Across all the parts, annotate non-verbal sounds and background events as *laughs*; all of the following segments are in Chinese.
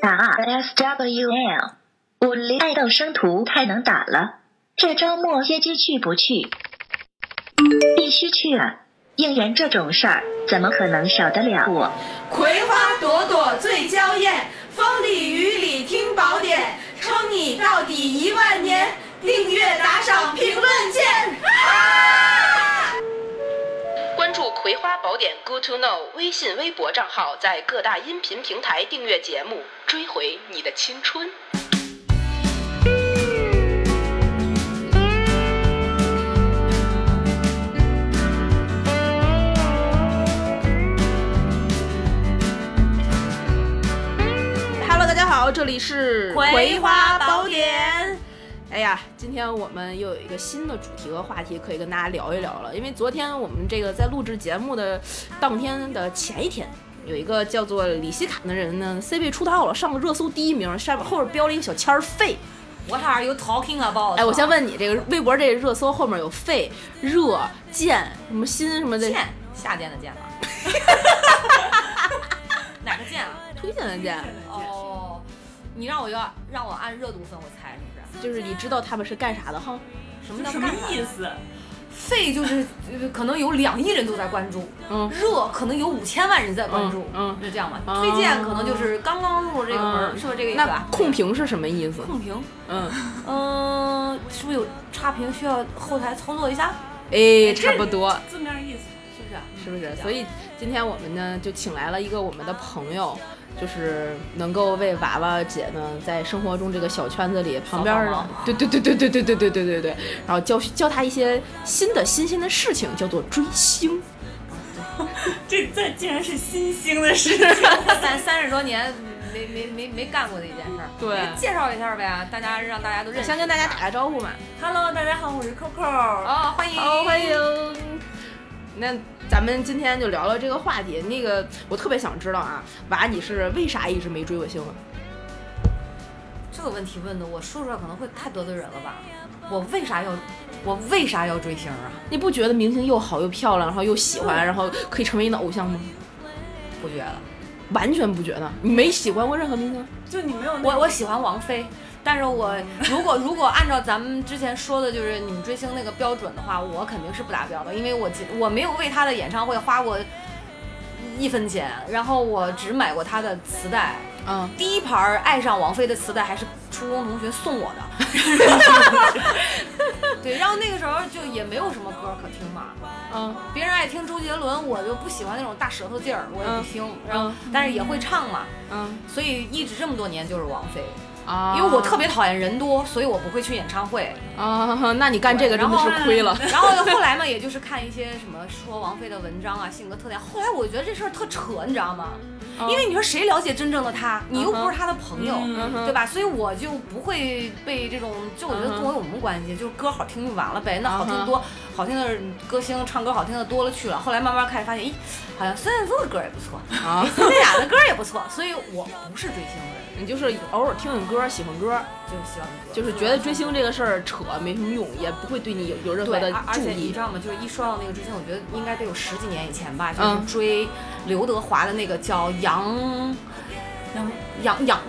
打啊 SWL，我离爱豆生图太能打了，这周末接机去不去？必须去啊！应援这种事儿怎么可能少得了我？葵花朵朵最娇艳，风里雨里听宝典，撑你到底一万年。订阅打赏评论见。啊！关注《葵花宝典》Good to Know 微信、微博账号，在各大音频平台订阅节目，追回你的青春。 Hello，大家好，这里是葵花宝典。哎呀，今天我们又有一个新的主题和话题可以跟大家聊一聊了。因为昨天我们这个在录制节目的当天的前一天，有一个叫做李希侃的人呢，C 位出道了，上了热搜第一名，上面后边标了一个小签儿“废 What are you talking about？”。啊哎，我先问你，这个微博这热搜后面有“废”、“热”、“贱”什么“新”什么的，剑，下贱的 *laughs* 剑吗？哪个剑啊？推荐的“贱哦，你让我要让我按热度分，我猜是不啊是？”，就是你知道他们是干啥的哈？什么叫什么干啥意思？废就是呃可能有两亿人都在关注，嗯热可能有五千万人在关注，嗯嗯就这样吧。哦推荐可能就是刚刚入这个门儿，嗯是不是这个意思那吧？控评是什么意思？控评， *laughs* 嗯，嗯、是不是有差评需要后台操作一下？哎，差不多。字面意思。是不是啊？是不是？这样所以今天我们呢就请来了一个我们的朋友，就是能够为娃娃姐呢在生活中这个小圈子里旁边儿扫的帮忙，对对对对对对对对对对对，然后教教她一些新的新鲜的事情，叫做追星。这这竟然是新兴的 *laughs* 事情，三三十多年没没没没干过的一件事儿，对给介绍一下呗，大家让大家都认识一哎下。先跟大家打个招呼嘛， Hello，大家好，我是 Coco。哦，欢迎，好欢迎。 *laughs* 那咱们今天就聊聊这个话题。那个我特别想知道啊，娃你是为啥一直没追过星啊？这个问题问的，我说出来可能会太得罪人了吧？我为啥要我为啥要追星啊？你不觉得明星又好又漂亮，然后又喜欢，然后可以成为你的偶像吗？不觉得，完全不觉得，你没喜欢过任何明星。就你没有那我我喜欢王菲。但是 *laughs* 我如果如果按照咱们之前说的，就是你们追星那个标准的话，我肯定是不达标的，因为我其我没有为她的演唱会花过一分钱，然后我只买过她的磁带，嗯，第一盘儿爱上王菲的磁带还是初中同学送我的。 *laughs* 对，然后那个时候就也没有什么歌可听嘛，嗯，别人爱听周杰伦，我就不喜欢那种大舌头劲儿，我也不嗯听。然后嗯，但是也会唱嘛，嗯所以一直这么多年就是王菲。啊因为我特别讨厌人多，所以我不会去演唱会。啊，那你干这个真的然是后亏了。然后后来嘛，也就是看一些什么说王菲的文章啊，性格特点。后来我觉得这事儿特扯，你知道吗？嗯因为你说谁了解真正的她？你又不是她的朋友，嗯嗯哼嗯对吧？所以我就不会被这种，就我觉得跟我有什么关系？就是歌好听就完了呗。那好听多，好听的歌星唱歌好听的多了去了。后来慢慢开始发现，咦，好像孙燕姿的歌也不错， *laughs* 啊，孙丽雅的歌也不错。所以我不是追星的人，你就是偶尔听听歌，喜欢歌，就是喜欢歌，就是觉得追星这个事儿扯没什么用，也不会对你有有任何的对，而而注且你意知。道吗？就是一说到那个追星，我觉得应该得有十几年以前吧，就是嗯追刘德华的那个叫杨杨杨杨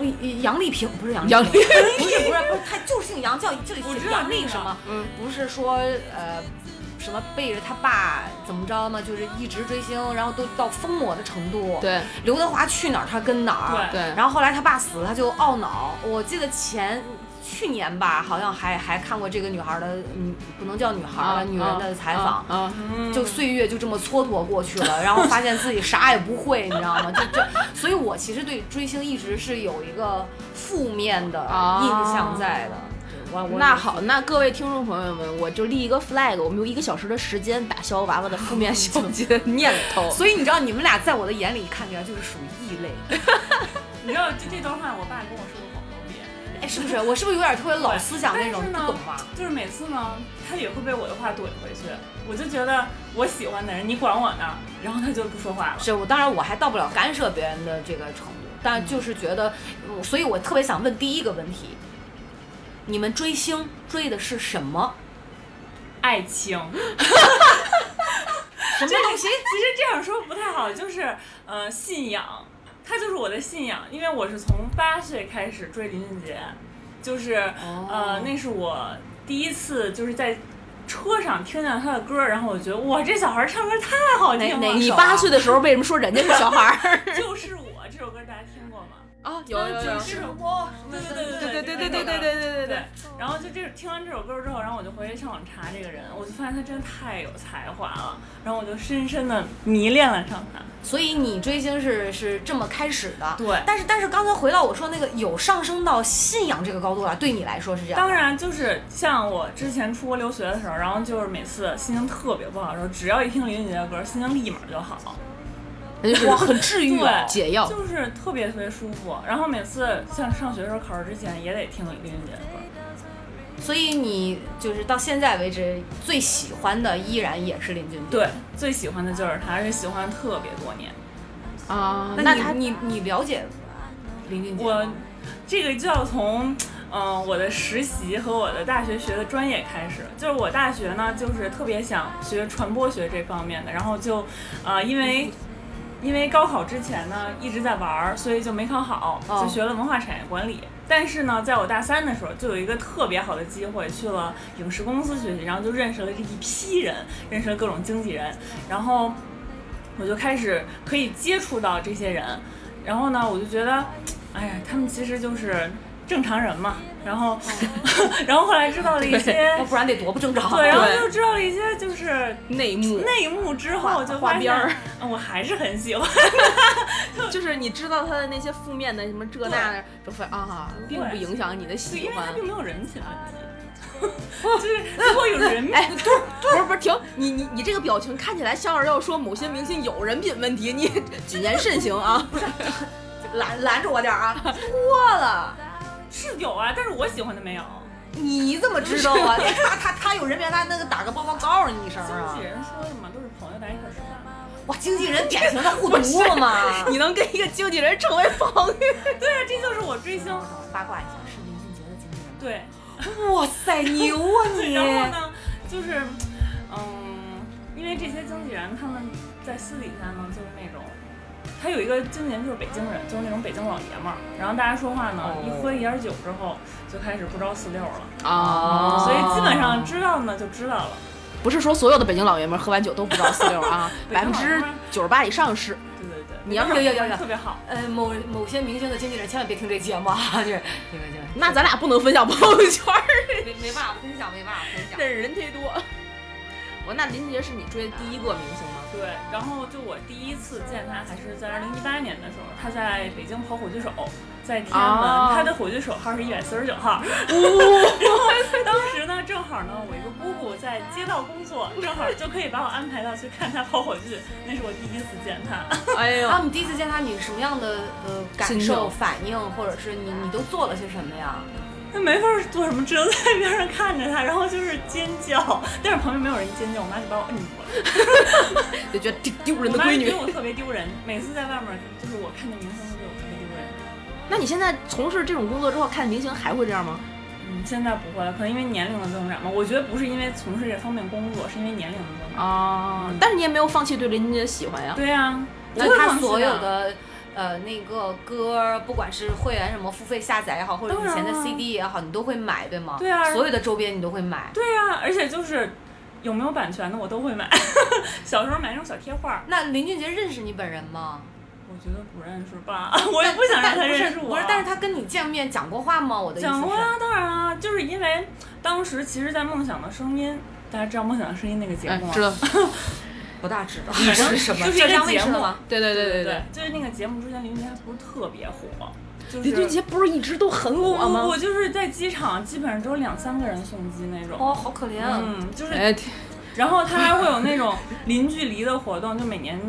杨丽萍，不是杨丽杨萍，不是不是不是，她就是姓杨，叫就我知姓道杨丽什么？嗯，不是说呃。什么背着他爸怎么着嘛，就是一直追星，然后都到疯魔的程度。，对刘德华去哪儿他跟哪儿。对对，然后后来他爸死了，他就懊恼。我记得前去年吧，好像还还看过这个女孩的，嗯，不能叫女孩了，啊女人的采访。啊，嗯就岁月就这么蹉跎过去了，然后发现自己啥也不会，你知道吗？就就，所以我其实对追星一直是有一个负面的啊印象在的。嗯对我我那好，那各位听众朋友们，我就立一个 flag，我们有一个小时的时间打消娃娃的负面消极的念头。所以你知道，你们俩在我的眼里看起来就是属于异类，你知道这这段话，我爸跟我说过好多遍，哎，是不是？我是不是有点特别老对哎思想那种但是不呢懂啊嘛？就是每次呢，他也会被我的话怼回去。我就觉得我喜欢的人，你管我呢，然后他就不说话了。是我当然我还到不了干涉别人的这个程度，但就是觉得，嗯所以我特别想问第一个问题：你们追星追的是什么？爱 *laughs* 情，什么东西？其实这样说不太好，就是呃，信仰。他就是我的信仰，因为我是从八岁开始追林俊杰，就是、哦呃，那是我第一次就是在车上听见他的歌，然后我觉得哇，这小孩唱歌太好听哪了。哪你首八啊岁的时候为什么说人家是小孩儿 *laughs* 就是我这首歌大家听过吗？啊？哦有有有，就是我对对对对对对对对对对对对，然后就这听完这首歌之后，然后我就回去上网查这个人，我就发现他真的太有才华了，然后我就深深的迷恋了上他。所以你追星是是这么开始的，对但是但是刚才回到我说那个有上升到信仰这个高度了，对你来说是这样。当，然，就是像我之前出国留学的时候，然后就是每次心情特别不好的时候，只要一听林俊杰的歌，心情立马就好。就是哇，很治愈哦对，解药就是特别特别舒服。然后每次像上学的时候考试之前也得听林俊杰的歌。所以你就是到现在为止最喜欢的依然也是林俊杰。，对，最喜欢的就是他，而且喜欢了特别多年。啊。那那他你你你了解林俊杰吗？我这个就要从嗯、呃我的实习和我的大学学的专业开始。就是我大学呢，就是特别想学传播学这方面的，然后就啊、呃因为。因为高考之前呢一直在玩儿，所以就没考好，哦就学了文化产业管理。但是呢，在我大三的时候，就有一个特别好的机会去了影视公司学习，然后就认识了这一批人，认识了各种经纪人，然后我就开始可以接触到这些人，然后呢，我就觉得，哎呀，他们其实就是正常人嘛。然后， *laughs* 然后后来知道了一些哦要，不然得多不正常。啊对，然后对就知道了一些就是内幕内幕之花后，就发花现边儿嗯 *laughs* 我还是很喜欢。就是你知道他的那些负面的什么这那的，就会啊，并不影响你的对，喜因为他欢。并没有人品问题，就是如果有人 *laughs* 品哎，不是不是不是，停！你你你这个表情看起来像是要说某些明星有人品问题，你谨言慎行啊！拦拦着我点儿啊！错了，是有啊，但是我喜欢的没有。你怎么知道啊？ *laughs* 他他他有人品，他那个打个包包告诉你一声经啊纪！人说的嘛，都是朋友，大家一块儿吃饭。哇，经纪人典型的护犊子啊嘛！你能跟一个经纪人成为朋友？对啊，这就是我追星。八卦一下，是林俊杰的经纪人对，吗。哇塞，牛啊 *laughs* 你！然后呢，就是，嗯，因为这些经纪人他们在私底下呢，就是那种，他有一个经纪人就是北京人，就是那种北京老爷们儿，然后大家说话呢，哦一喝一点酒之后就开始不着四六了，啊哦所以基本上知道呢就知道了。不是说所有的北京老爷们儿喝完酒都不知道四六啊，北百京分老爷之们儿九十八以上是。对对对，你要那是个要要要特别好。呃，某某些明星的经纪人千万别听这节目啊， *laughs* 就是因为就是那咱俩不能分享朋友圈儿，没没办法分享，没办法分享但。是人忒多。我那林俊杰是你追的第一个明星吗？对，然后就我第一次见他还是在二零一八年的时候，他在北京跑火炬手，在天安门，哦他的火炬手号是一百四十九 *laughs* 号。当时呢，正好呢，我一个姑姑在街道工作，正好就可以把我安排到去看他跑火炬，那是我第一次见他。 *laughs* 哎呦然后你第一次见他，你什么样的呃感心受、情反应，或者是你你都做了些什么呀？那没法做什么，只能在边上看着他，然后就是尖叫，但是旁边没有人尖叫，我妈就把我摁住了。就觉得丢丢人的我闺妈觉女得。我特别丢人，每次在外面就是我看见明星都觉得我特别丢人。那你现在从事这种工作之后，看明星还会这样吗？嗯，现在不会了，可能因为年龄的增长吧。我觉得不是因为从事这方面工作，是因为年龄的增长。哦啊，但是你也没有放弃对林俊杰的喜欢呀。对呀、啊，不那会他放弃所有的呃那个歌儿，不管是会员什么付费下载也好，或者当以然前的了 CD 也好，你都会买对吗？对啊所有的周边你都会买。对呀、而且就是有没有版权的我都会买。 *laughs* 小时候买那种小贴画，那林俊杰认识你本人吗？我觉得不认识吧， *laughs* 我也不想让但他不认是识我。不是，但是他跟你见面讲过话吗？我的意思讲过是，啊，当然啊，就是因为当时其实，在《梦想的声音》，大家知道《梦想的声音》那个节嗯哎目吗？知道。不大知道是什么，就是一浙个江卫节视的目啊吗？对对对对对。就是那个节目之前，林俊杰还不是特别火，就是林俊杰不是一直都很火我吗？我就是在机场，基本上只有两三个人送机那种。哦，好可怜啊！嗯，就是哎，然后他还会有那种零距离的活动，就每年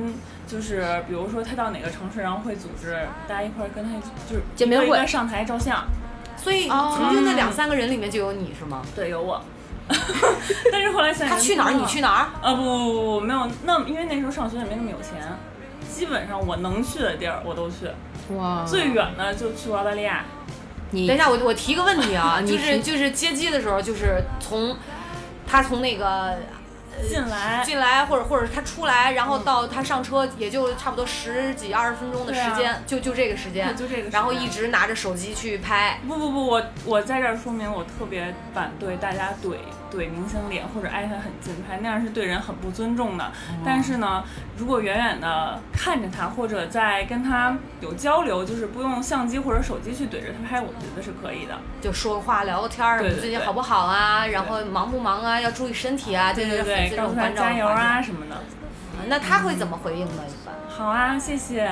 就是比如说他到哪个城市，然后会组织大家一块儿跟他就是见面会一块儿一块儿上台照相。所以哦曾经那两三个人里面就有你是吗？嗯对，有我。 *laughs* 但是后来想他去哪儿你去哪哪儿？啊不不不不没有那么因为那时候上学也没那么有钱，基本上我能去的地儿我都去，哇，最远的就去过澳大利亚。你等一下，我我提个问题啊，你就是提就是接机的时候，就是从他从那个进来，进来或者或者他出来，然后到他上车也就差不多十几二十分钟的时间，对啊就就这个时间，对就这个时间然后一直拿着手机去拍，不不不，我我在这儿说明，我特别反对大家怼怼明星脸或者挨他很近拍，那样是对人很不尊重哦的。但是呢，如果远远的看着他，或者在跟他有交流，就是不用相机或者手机去怼着他拍，我觉得是可以的。就说个话聊个天儿，对对你最对近好不好啊？然后忙不忙啊？要注意身体啊！对这就对是粉对，丝这告种诉他关照的加油话啊什么的。题！嗯那他会怎么回应呢？一般好啊，谢谢。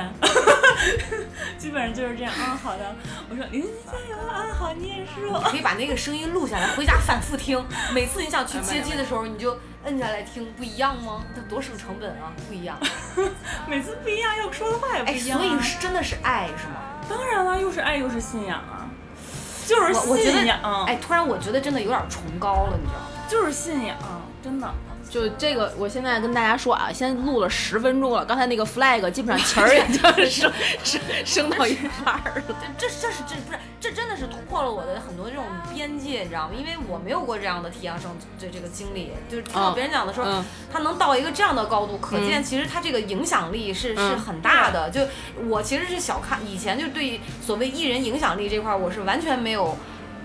*laughs* 基本上就是这样啊、好的，我说林加油啊，好，你也是我。可以把那个声音录下来，回家反复听。每次你想去接机的时候，你就摁下来听，不一样吗？这多省成本啊！不 *laughs* 一样。每次不一样，又说的话也不哎，一样、啊。所以是真的是爱是吗？当然了，又是爱又是信仰啊，就是我我觉信得仰，，哎，突然我觉得真的有点崇高了，你知道吗？就是信仰，真的。就这个，我现在跟大家说啊，先录了十分钟了，刚才那个 flag 基本上词儿也就是升升升到一半儿了。这这是这不是这真的是突破了我的很多这种边界，你知道吗？因为我没有过这样的体验生这这个经历，就是听到嗯别人讲的时候，嗯他能到一个这样的高度，可见其实他这个影响力是、嗯是很大的。就我其实是小看以前就对所谓艺人影响力这块儿，我是完全没有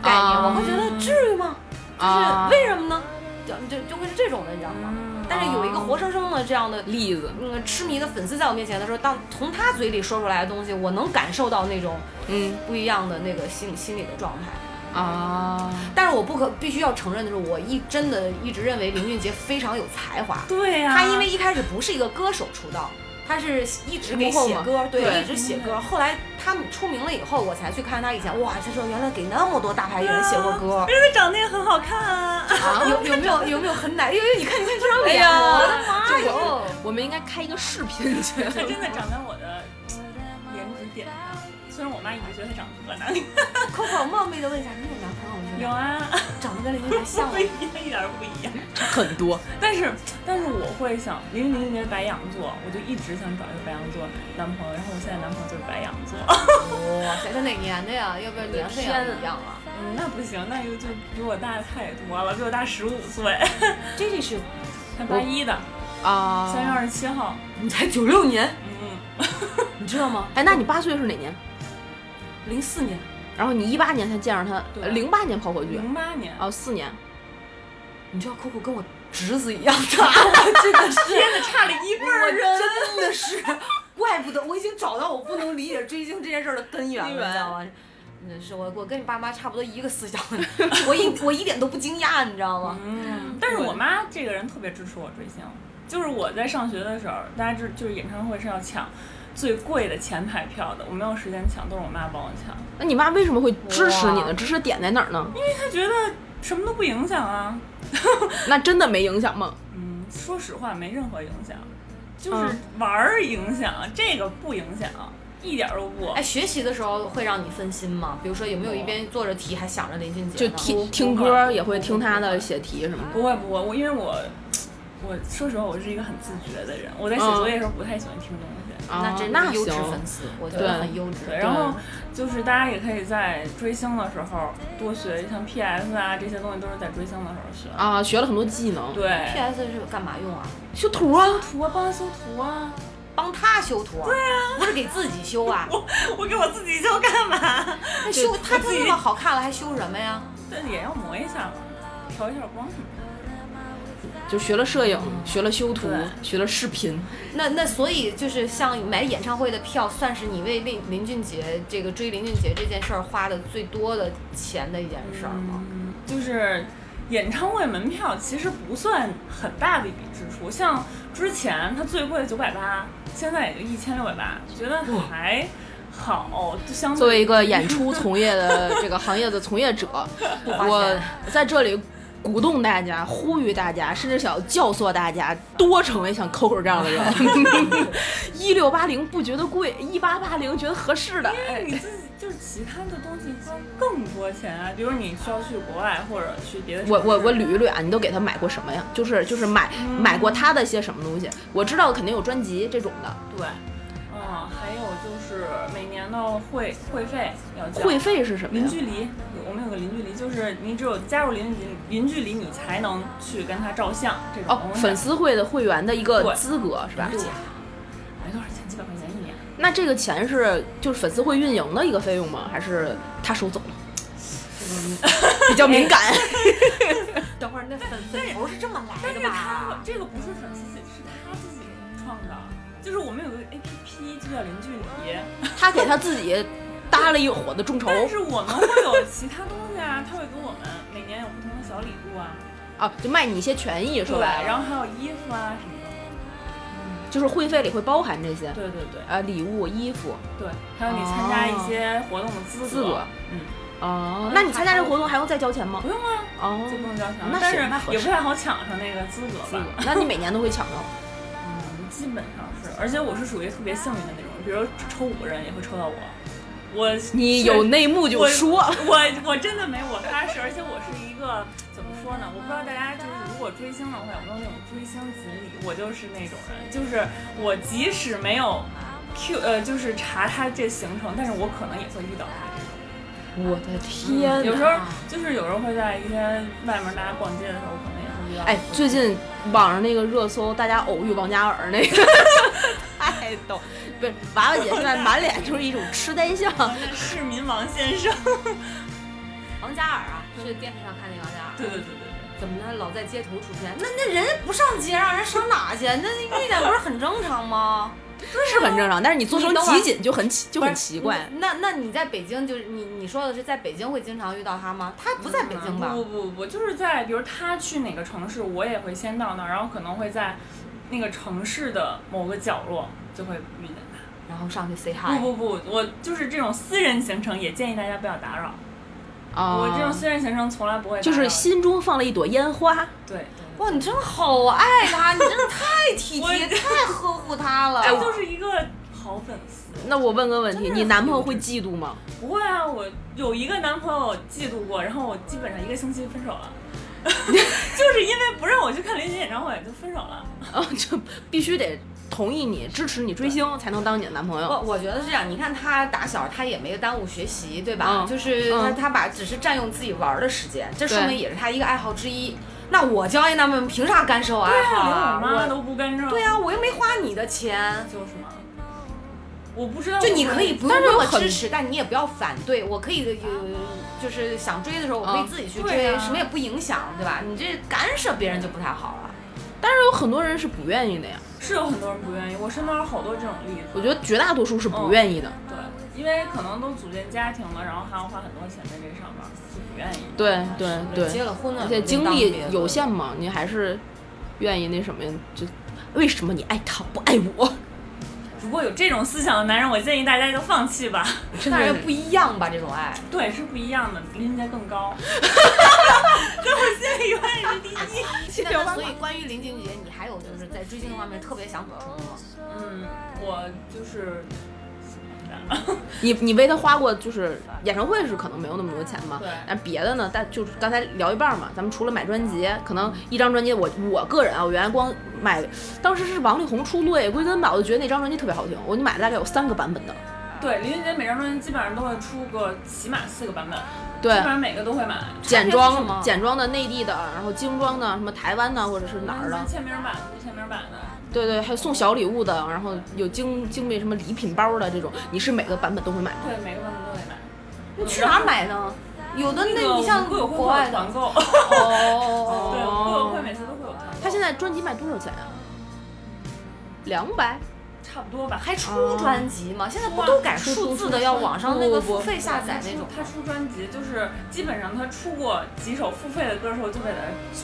概念，啊我会觉得至于吗？就是啊嗯为什么呢？就就就会是这种的，你知道吗？嗯但是有一个活生生的这样的例子，嗯，痴迷的粉丝在我面前的时候，当从他嘴里说出来的东西，我能感受到那种嗯不一样的那个心心理的状态。啊，但是我不可必须要承认的是，我一真的一直认为林俊杰非常有才华。对呀、他因为一开始不是一个歌手出道，他是一直给幕后写嘛歌，对一直写歌。后来他们出名了以后，我才去看他以前，哇，才知道原来给那么多大牌艺人写过 *laughs* 歌。因为长得也很好看啊。啊，有有没有有没有很奶？因为你看你看这张哎脸，呀我的妈就哟！ *laughs* 我们应该开一个视频去。他真的长在我的颜值点上，虽然我妈一直觉得他长得特难看。 Coco 冒昧的问一下，你有男朋友吗？有 *laughs* 啊， *laughs* 长得跟林俊杰像吗不？一样，一点儿都不一样。 *laughs* 很多，但是，但是我会想，因为林俊杰是白羊座，我就一直想找一个白羊座男朋友，然后我现在男朋友就是白羊座。哇塞，他哪年的呀？要不然年份也不一样啊。嗯， *laughs* 那不行，那就就比我大太多了，比我大十五岁， *laughs* J J 是，他八一的，啊三月二十七号。你才九六年，嗯，你知道吗？哎，那你八岁是哪年？零四年，然后你一八年才见着他，对嗯零八年跑火炬，零八年，哦，四年。你知道 Coco 跟我侄子一样大，我这个是，真的差了一倍我儿啊！真的是，怪不得我已经找到我不能理解追星这件事儿的根源了，根你源知道吗？那是我，我跟你爸妈差不多一个思想， *laughs* 我一我一点都不惊讶，你知道吗？嗯，但是我妈这个人特别支持我追星，就是我在上学的时候，大家知就是演唱会是要抢最贵的前排票的，我没有时间抢，都是我妈帮我抢，那你妈为什么会支持你哇呢？支持点在哪儿呢？因为她觉得什么都不影响啊。那真的没影响吗？嗯，说实话没任何影响，就是嗯玩儿影响，这个不影响，一点儿都不。哎，学习的时候会让你分心吗？比如说有没有一边做着题还想着林俊杰就呢？听听歌儿也会听她的写题什么的。不会不会，我因为我我说实话，我是一个很自觉的人，我在写作业的时候不太喜欢听东西。啊那真那是优质粉行，丝，我觉得对很优质。对，然后就是大家也可以在追星的时候多学，像 PS 啊这些东西都是在追星的时候学。啊，学了很多技能，对， PS 是干嘛用啊？修图啊，图啊，帮他修图啊，帮他修图啊？对啊，不是给自己修 *laughs* 啊？ *laughs* 我给我自己修干嘛？他修他都那么好看了，还修什么呀？但也要磨一下嘛，调一下光什么的。就学了摄影，学了修图对，学了视频。那那所以就是像买演唱会的票，算是你为林林俊杰这个追林俊杰这件事儿花的最多的钱的一件事儿吗？就是演唱会门票其实不算很大的一笔支出，像之前它最贵的九百八，现在也就一千六百八，觉得还好，就相对作为一个演出从业的这个行业的从业者，花钱我在这里鼓动大家，呼吁大家，甚至想要教唆大家，多成为像 Coco 这样的人。 *laughs* 一六八零不觉得贵，一八八零觉得合适的。因为你自己就是其他的东西花更多钱啊，比如你需要去国外或者去别的城市。我我我捋一捋啊，你都给他买过什么呀？就是就是买买过他的些什么东西？我知道肯定有专辑这种的，对，嗯，还有就是每年年的会会费要交。会费是什么零呀？距离，我们有个零距离，就是你只有加入邻居邻居里，你才能去跟他照相这种哦东，西。粉丝会的会员的一个对资格是吧对？哎，多少钱？几百块钱一年。那这个钱是就是粉丝会运营的一个费用吗？还是他收走了？嗯比较敏感，等会儿那粉粉头是这么来但的是他吧？这个不是粉丝自己，是他自己创的。就是我们有个 A P P 就叫零距离， *laughs* 他给他自己搭了一伙的众筹但是我们会有其他东西啊，他会给我们每年有不同的小礼物啊，啊，就卖你一些权益，说对，白了，然后还有衣服啊什么的，就是会费里会包含这些，对对对啊，礼物、衣服、对，还有你参加一些活动的资格，哦资格，嗯，哦，那你参加这个活动还用再交钱吗不？用啊，哦，就不用交钱了那，但行那是合也适不太好抢上那个资格资吧格，，那你每年都会抢到。嗯，基本上是，而且我是属于特别幸运的那种，比如抽五个人也会抽到我，我你是有内幕就我说，我我真的没我踏实，而且我是一个怎么说呢？我不知道大家就是如果追星的话有没有那种追星锦鲤，我就是那种人，就是我即使没有 Q 呃，就是查他这行程，但是我可能也会遇到他。我的天哪，有时候就是有时候会在一些外面大家逛街的时候，我可能也会遇到。哎，最近网上那个热搜，大家偶遇王嘉尔那个，太逗。不是娃娃姐现在满脸就是一种痴呆相。那市民王先生，王嘉尔啊，是电视上看见王嘉尔，对对对对对，怎么他老在街头出现？那那人不上街，让人上哪去？那那点不是很正常吗？是很正常，但是你做成你等会儿集锦就很奇就很奇怪。那那你在北京就是你你说的是在北京会经常遇到他吗？他不在北京吧？嗯不不不不，就是在比如他去哪个城市，我也会先到那儿，然后可能会在那个城市的某个角落就会遇见他。然后上去 say 不 hi。不不，我就是这种私人行程，也建议大家不要打扰。哦啊，我这种私人行程从来不会打就扰的是心中放了一朵烟花，对，哇，你真好爱他，你真的太体我哎贴，太呵护他了。这就是一个好粉丝。那我问个问题，真的你男朋友会嫉妒吗？不会啊，我有一个男朋友嫉妒过，然后我基本上一个星期分手 *laughs* 了，就是因为不让我去看林俊演唱会就分手了。啊， *laughs* 就必须得同意你、支持你追星才能当你的男朋我友。哦我觉得是这样，你看他打小他也没耽误学习，对吧？嗯就是他、嗯他把只是占用自己玩儿的时间，这说对明也是他一个爱好之一。那我交一男朋友凭啥干涉我爱对好啊，嗯啊？连我妈我都不干涉。对呀、啊我又没花你的钱，就是嘛，我不知道。就你可以不用但是那么很支持，但你也不要反对。我可以有、就是想追的时候，我可以嗯自己去对追，啊什么也不影响，对吧？你这干涉别人就不太好了。但是有很多人是不愿意的呀，是有很多人不愿意，我身边有好多这种例子。我觉得绝大多数是不愿意的。对，因为可能都组建家庭了，然后还要花很多钱在这上面，就不愿意。对对对，结了婚了，而且另精当力别论有限嘛，你还是愿意那什么呀？就为什么你爱他不爱我？ *laughs* 如果有这种思想的男人，我建议大家就放弃 *laughs* 吧。真但的是不一样吧？这种爱，对，是不一样的，比人家更 *laughs* 高。在我心里永远是第一。那那所以关于林俊杰，你还有就是在追星方面特别想补充的吗？嗯，我就是。你你为他花过就是演唱会是可能没有那么多钱嘛对，但别的呢，但就是刚才聊一半嘛，咱们除了买专辑，可能一张专辑我我个人啊，我原来光买，当时是王力宏出《落叶归根》吧，我就觉得那张专辑特别好听，我就买了大概有三个版本的，对，林俊杰每张专辑基本上都会出个起码四个版本，对基本，上每个都会买。简差别是什么装简装的内地的，然后精装的，什么台湾的或者是哪儿的那，签名版的，签名版的，对对，还有送小礼物的，然后有精精美什么礼品包的这种，你是每个版本都会买吗？对，每个版本都得买。你去哪儿买呢？有的那你像会有会国外的团购， *laughs* 对，哦，会有会每次都会有团购。他现在专辑卖多少钱啊？两百？差不多吧，还出专辑吗？现在不都改数字的，要网上那个付费下载那种他出专辑就是基本上他出过几首付费的歌之后，就给它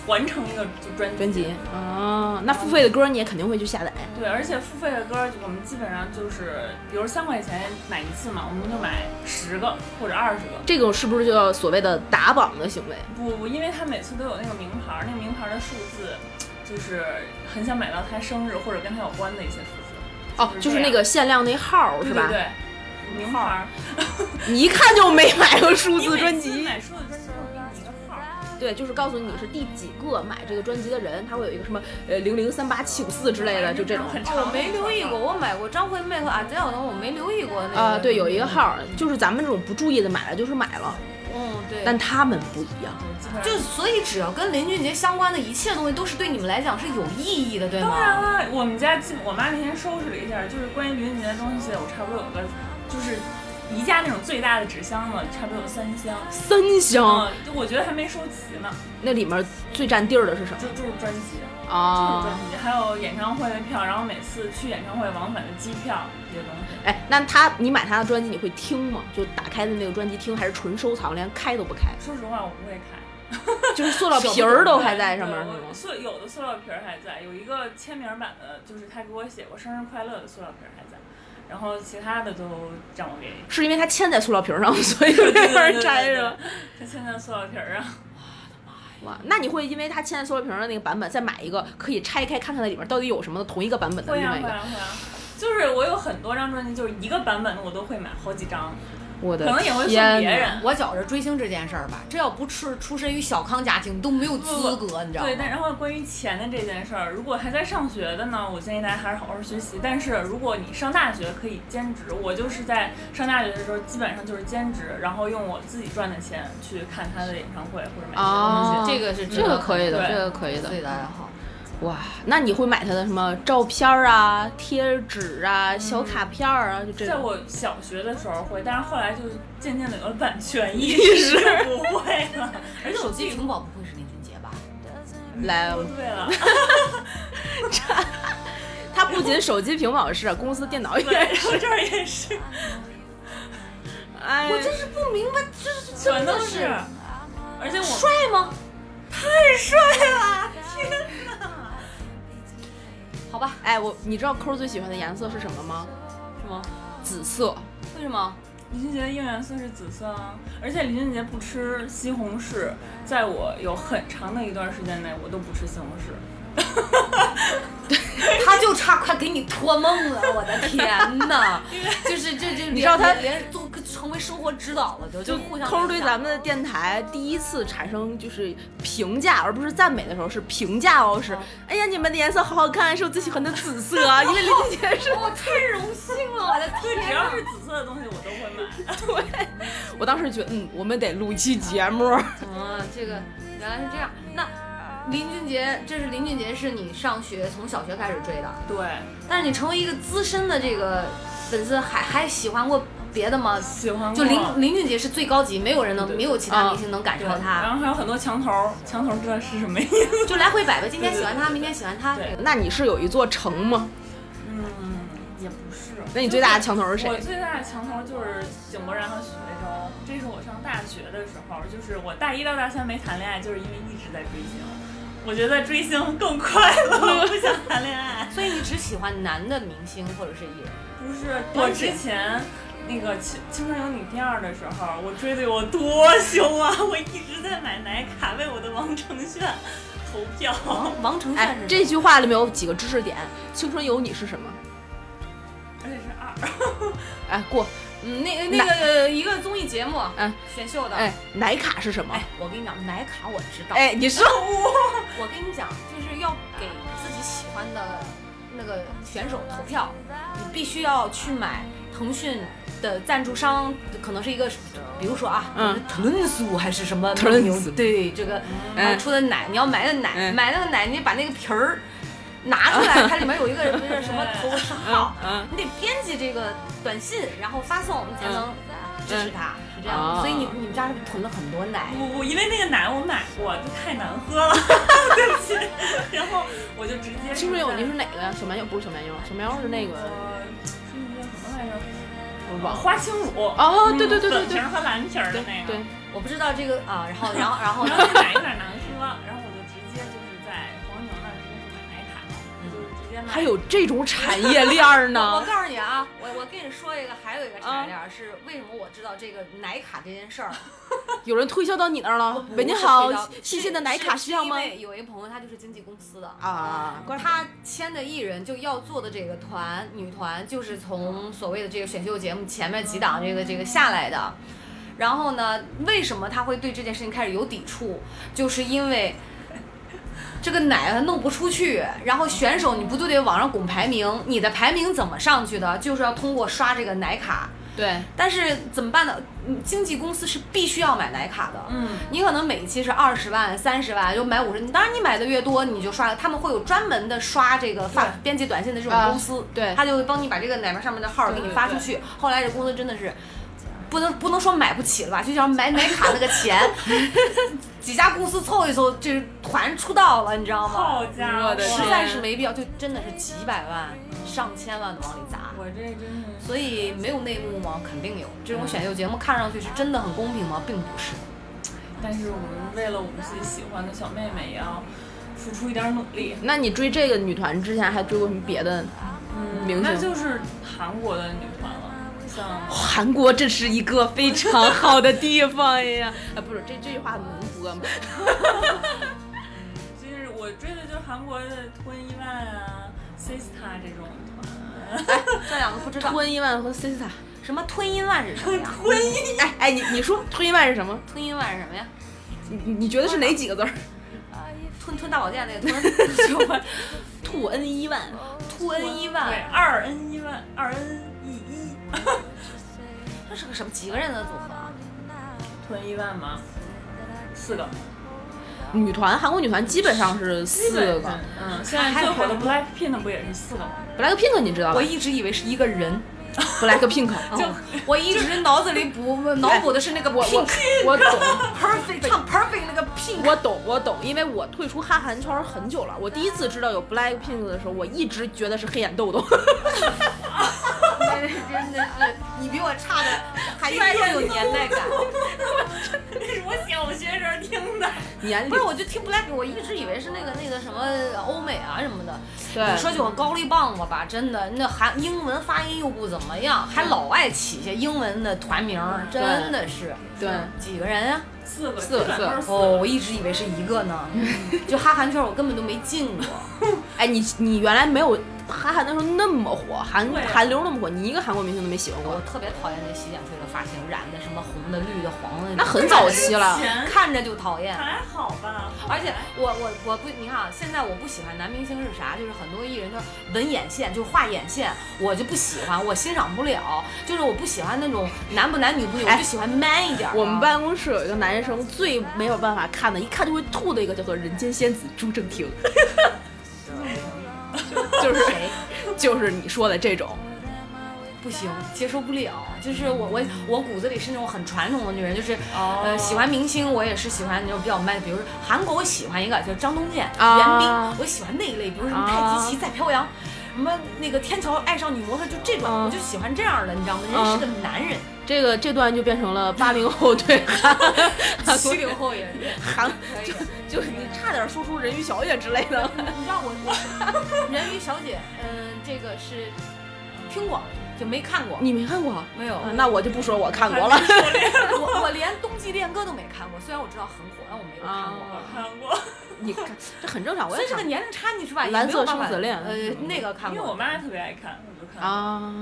完成一个就专辑。专辑啊，那付费的歌你也肯定会去下载。对，而且付费的歌我们基本上就是，比如三块钱买一次嘛，我们就买十个或者二十个。这种是不是就叫所谓的打榜的行为？不不，因为他每次都有那个名牌儿，那个名牌儿的数字，就是很想买到他生日或者跟他有关的一些数字，哦，就是那个限量那号对是对吧？对，名牌儿。你一看就没买过数字专你每次辑。买数字专辑，我给你一个号儿。 *laughs* 对，就是告诉你是第几个买这个专辑的人，他会有一个什么呃零零三八七五四之类的，就这种。很长哦，我没留意过，我买过张惠妹和 Adele 的，我没留意过那个。啊、对，有一个号，就是咱们这种不注意的买了就是买了，嗯，对。但他们不一样。就所以，只要跟林俊杰相关的一切东西，都是对你们来讲是有意义的，对吗？当然了，我们家进我妈那天收拾了一下，就是关于林俊杰的东西，我差不多有个，就是宜家那种最大的纸箱子，差不多有三箱。三箱，嗯，就我觉得还没收齐呢，那里面最占地儿的是什就就是专辑，么就是啊专？辑，还有演唱会的票，然后每次去演唱会往返的机票这些东西。哎，那他你买他的专辑你会听吗？就打开的那个专辑听，还是纯收藏，连开都不 *laughs* 开，说实话，我不会看。就是塑料皮儿都还在上面是对吗我？塑有的塑料皮儿还在，有一个签名版的，就是他给我写过生日快乐的塑料皮儿还在，然后其他的都让我给是因为它嵌在塑料瓶上，所以没法拆是吧？？他现在塑料皮儿啊，哇，那你会因为它嵌在塑料瓶的那个版本，再买一个可以拆开看看它里面到底有什么的同一个版本的会另啊外一会个？啊会啊！就是我有很多张专辑，就是一个版本的我都会买好几张，我啊可的能也会送天别哪人。我觉着追星这件事儿吧，这要不是出身于小康家庭，都没有资格，你知道吗？对，但然后关于钱的这件事儿，如果还在上学的呢，我建议大家还是好好学习。但是如果你上大学可以兼职，我就是在上大学的时候基本上就是兼职，然后用我自己赚的钱去看他的演唱会或者买他的东哦西。这个是值这得个可以的，对这个可以的自。己的爱好。哇，那你会买它的什么照片儿啊、贴纸啊、小卡片儿啊，就这在种。我小学的时候会，但是后来就渐渐的有了版权意识，不会了。而且我手自机己城堡不会是林俊杰吧？来，说对了，啊它不仅手机屏保是，公司电脑也 *laughs* 对，我这儿也是，哎，是不明白，这是全都是。而且我帅吗？太帅了，天哪！好吧，哎，我你知道抠儿最喜欢的颜色是什么吗？是吗？紫色。为什么？林俊杰的应援色是紫色啊，而且林俊杰不吃西红柿，在我有很长的一段时间内，我都不吃西红柿。他就差快给你托梦了，我的天呐！就是这这，你知道他连连都成为生活指导了，就就互相抠儿对影响咱们的电台第一次产生就是评价，而不是赞美的时候是评价哦，是嗯哎呀你们的颜色好好看，是我最喜欢的紫 *laughs* 色啊，因为林俊杰是我太荣幸了，我的对，只天要呐！是紫色的东西，我都会买。对，我当时觉得嗯，我们得录一期节目，啊，这个原来是这样。那林俊杰，这是林俊杰，是你上学从小学开始追的，对，但是你成为一个资深的这个粉丝，还还喜欢过别的吗？喜欢过就林林俊杰是最高级，没有人能，啊对对没有其他明星能赶对，超他然，后还有很多墙头儿，墙头儿知道是什么意思？就来回摆吧，今天对对喜欢他，对明天喜欢他。对那你是有一座城吗？嗯，也不是。那你最大的墙头是谁我最大的墙头就是井柏然和许魏洲，这是我上大学的时候，就是我大一到大三没谈恋爱，就是因为一直在追星。我觉得追星更快乐，我不想谈恋爱。所以你只喜欢男的明星或者是艺人，不是，我之前那个《青青春有你》第二的时候，我追的有多凶啊！我一直在买奶卡，为我的王承炫投票。 *laughs* 王承哎炫是，这句话里面有几个知识点，青春有你是什么？而且是二，哎，过，嗯那那个一个综艺节目，嗯，选秀的，哎，奶卡是什么哎，？我跟你讲，奶卡我知道，哎，你说 *laughs* 我跟你讲，就是要给自己喜欢的那个选手投票，你必须要去买腾讯的赞助商，可能是一个，比如说啊，嗯，豚素还是 *laughs* 什么 Tons 牛对这个、嗯啊出的奶，你要买那奶，嗯买那个奶，你得把那个皮儿拿出来，它里面有一个不是什么投是号， *laughs* 嗯你得编辑这个短信，然后发送，你才能支持他，是这样的。嗯哦所以你你们家是不是囤了很多奶？不不，因为那个奶我买过，就太难喝了， *laughs* 对不起。然后我就直接青春有你是在哪个呀？小蛮腰不是小蛮腰，小蛮腰是那个呃是那叫什么来着？我忘了。花青乳嗯哦对对对对对粉瓶儿和蓝瓶儿的对那个。对，我不知道这个啊，然后然后然后然后奶有点难喝，然后我就直接就是在黄牛那儿直接就买奶卡，就是直接买。嗯还有这种产业链儿我 *laughs* 呢？告诉你啊，我我跟你说一个，还有一个产啊业链儿是为什么我知道这个奶卡这件事儿。有人推销到你那儿了？喂，您我好不知道，新鲜的奶卡需要吗？？是是因为有一个朋友他就是经纪公司的。啊，怪不得他签的艺人就要做的这个团女团，就是从所谓的这个选秀节目前面几档这个这个下来的，然后呢，为什么他会对这件事情开始有抵触？就是因为这个奶它弄不出去，然后选手你不就得往上拱排名？你的排名怎么上去的？就是要通过刷这个奶卡。对，但是怎么办呢？嗯经纪公司是必须要买奶卡的。嗯，你可能每一期是二十万、三十万，就买五十。你当然你买的越多，你就刷，他们会有专门的刷这个发对编辑短信的这种啊公司，对他就会帮你把这个奶盘上面的号儿给你对对发出去。后来这公司真的是。不能不能说买不起了吧，就叫买奶卡那个 *laughs* 钱，几家公司凑一凑，这团出道了，你知道吗？好家我伙，的实天在是没必要，就真的是几百万、上千万的往里砸。我这真是。所以没有内幕吗？肯定有。这种选秀节目看上去是真的很公平吗？并不是。但是我们为了我们自己喜欢的小妹妹，也要付出一点努力。那你追这个女团之前还追过什么别的？嗯明星那就是韩国的女团了，像韩国这是一个非常好的地方呀！啊，不是这这句话能播吗？就是我追的就是韩国的 Twenty One 啊、Sista 这种团。 *laughs* 这两个不知道 *laughs* 吞一万和 Sista，什么吞音万是什么呀？婚姻哎哎，你你说吞一万是什么？吞音万是什么呀？你你你觉得是哪几个字儿？吞吞大保 *laughs* 健那个吞，吐 N 一万，吐 N 一对万，二 N 一万二 N 一一，这是个什么几个人的组合 *laughs* 啊？囤一万吗？四个，女团韩国女团基本上是四基本个上。嗯，现在最火的 Blackpink 不也是四个吗？ ，BLACKPINK 你知道吧我一直以为是一个人， *laughs* ？BLACKPINK，嗯我一直脑子里 *laughs* 补脑补的是那个我我 pink 我懂。 *laughs* perfect 唱 perfect 那个 pink。我懂，我懂，因为我退出哈韩圈很久了。我第一次知道有 BLACKPINK 的时候，我一直觉得是黑眼豆 *laughs* 豆。真的，哎你比我差 *laughs* 的还越有年代感。那是我小学时候听的。年龄不是，我就听 Black，我一直以为是那个那个什么欧美啊什么的。对你说句我高丽棒子吧，真的，那韩英文发音又不怎么样，还老爱起些英文的团名儿，真的是。对几个人啊？四个，四个基本上都是四哦，个。我一直以为是一个呢， *laughs* 就哈韩圈我根本都没进过。哎，你你原来没有韩寒那时候那么火，韩对啊韩流那么火，你一个韩国明星都没喜欢我过。特别讨厌那洗剪吹的发型，染的什么红的、绿的、黄的，那很早期了前看着就讨厌。还好吧， *laughs* 而且我我我不，你看啊，现在我不喜欢男明星是啥？就是很多艺人他纹眼线，就是画眼线，我就不喜欢，我欣赏不了。就是我不喜欢那种男不男女不女，哎我就喜欢 man 一点儿啊的。我们办公室有一个男生最没有办法看的，一看就会吐的一个叫做“人间仙子”朱正廷，就是谁 *laughs* 就是你说的这种，不行，接受不了。就是我我我骨子里是那种很传统的女人，就是、哦呃喜欢明星，我也是喜欢那种比较 man 的。比如说韩国，我喜欢一个叫张东健、啊袁冰，我喜欢那一类，比如什么太极啊旗、在飘扬。什么那个天桥爱上女模特，就这种，啊我就喜欢这样的，你知道吗？人家是个男人，这个这段就变成了八零后对韩韩国七零后也 *laughs* 是。韩可以就就你差点说出人鱼小姐之类的了。你让我我人鱼小姐，嗯、这个是听过就没看过，你没看过啊？没有？啊那我就不说我看过了。我我连《冬季恋歌》都没看过，虽然我知道很火，但我没有看过。我啊，看过，你看这很正常，我所也以这个看年龄差你是吧？也蓝没有色办法生死恋呃，那个看因为过，我妈特别爱看，我就看。啊。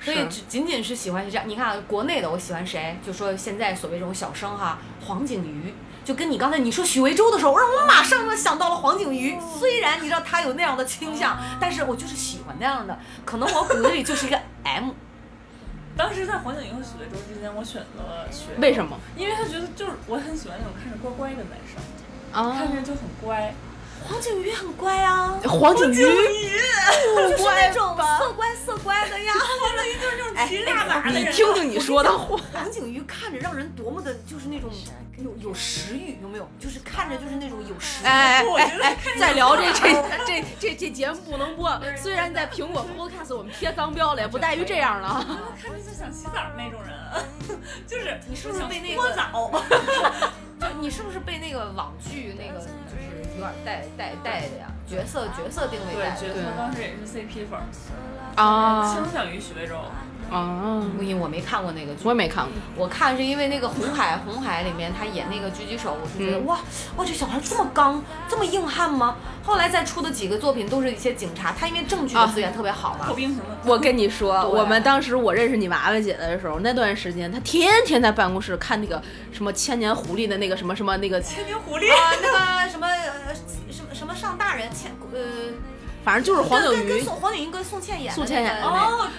所以是只仅仅是喜欢是这样。你看啊国内的我喜欢谁，就说现在所谓这种小生哈，黄景瑜。就跟你刚才你说许魏洲的时候，我让我马上就想到了黄景瑜。虽然你知道他有那样的倾向，但是我就是喜欢那样的。可能我骨子里就是一个 *laughs* M，当时在黄景瑜和许魏洲之间，我选择了许魏洲为什么因为他觉得就是我很喜欢那种看着乖乖的男生，啊看着就很乖。黄景瑜很乖啊，黄景 *laughs* 瑜，就是那种色乖色乖的呀。黄景瑜就是那种骑大马的你人，听听你说的话，黄景瑜看着让人多么的，就是那种有有食欲，有没有？就是看着就是那种有食欲。哎我哎觉得哎看，着再聊这就这这这这节目不能播，虽然在苹果 Podcast 我们贴脏标了，也不在于这样了。我看着就想洗澡那种人，啊 *laughs* 就是你是不是被那个搓 *laughs* 澡？就你是不是被那个网剧那个就是有点带带带的呀？角色角色定位对带，的。觉得他当时也是 CP 粉儿， *laughs* 啊倾向于许魏洲。啊，因为我没看过那个剧我也。没看过。我看是因为那个《红海》，《红海》里面他演那个狙击手，我就觉得、嗯哇哇，这小孩这么刚，这么硬汉吗？后来再出的几个作品都是一些警察，他因为证据的啊资源特别好嘛破，冰什么的？我跟你说，对我们当时我认识你娃娃姐的时候，那段时间她天天在办公室看那个什么《千年狐狸》的那个什么什么那个，千年狐狸，啊，那个什么呃什么什么上大人欠呃，反正就是黄跟景跟跟瑜宋黄景瑜跟宋茜演的宋茜演那的个那个哦，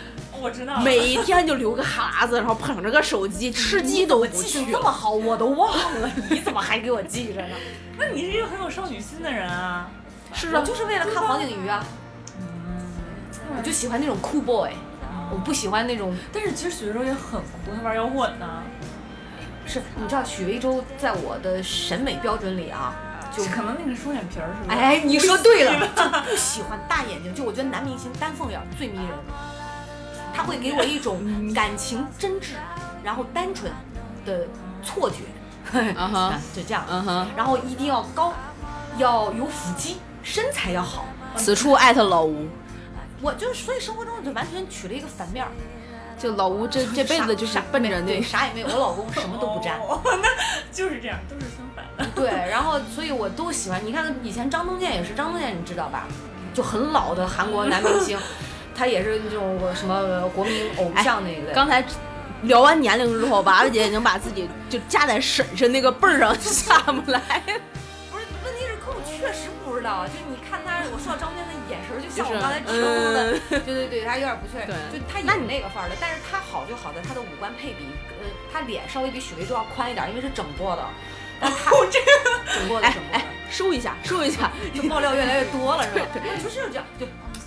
我知道了，每天就流个哈子，然后捧着个手机，吃鸡都不记去性这么好，我都忘了，你怎么还给我记着呢？那你是一个很有少女心的人啊。是我啊，就是为了看黄景瑜啊，我就喜欢那种酷 boy，我不喜欢那种但是其实许志洲也很酷，他玩摇滚呢，是，你知道许魏洲在我的审美标准里啊，就就可能那个双眼皮儿是吧？哎，你说对了，就不喜欢大眼睛，就我觉得男明星丹凤眼儿最迷人，他会给我一种感情真挚，然后单纯的错觉，嗯 *laughs* 啊哈，就这样，嗯哼。然后一定要高，要有腹肌，身材要好，此处艾特老吴，我就所以生活中我就完全取了一个反面儿，就老吴 *laughs* 这这辈子就是啥奔着那 *laughs* 对啥也没有，我老公什么都不沾。哦， *laughs* 那就是这样，都是相反的。对，然后所以我都喜欢。你看以前张东健也是，张东健你知道吧？就很老的韩国男明 *laughs* 星，他也是那种什么国民偶像那一类。哎刚才聊完年龄之后，娃娃姐已经把自己就架在婶婶那个辈儿上 *laughs* 下不来了。不是问题是，可我确实不知道。啊就你看他，我说到张东健的眼神儿，就像就是我刚才提供的， *laughs* 对对对，他有点不确定。对就他那演你那个范儿的，但是他好就好在他的五官配比，呃，他脸稍微比许魏洲要宽一点，因为是整过的。*laughs* 但他整过的哎整过的。收一下，收一下，就爆料越来越多了，是 *laughs* 吧？就是这样，就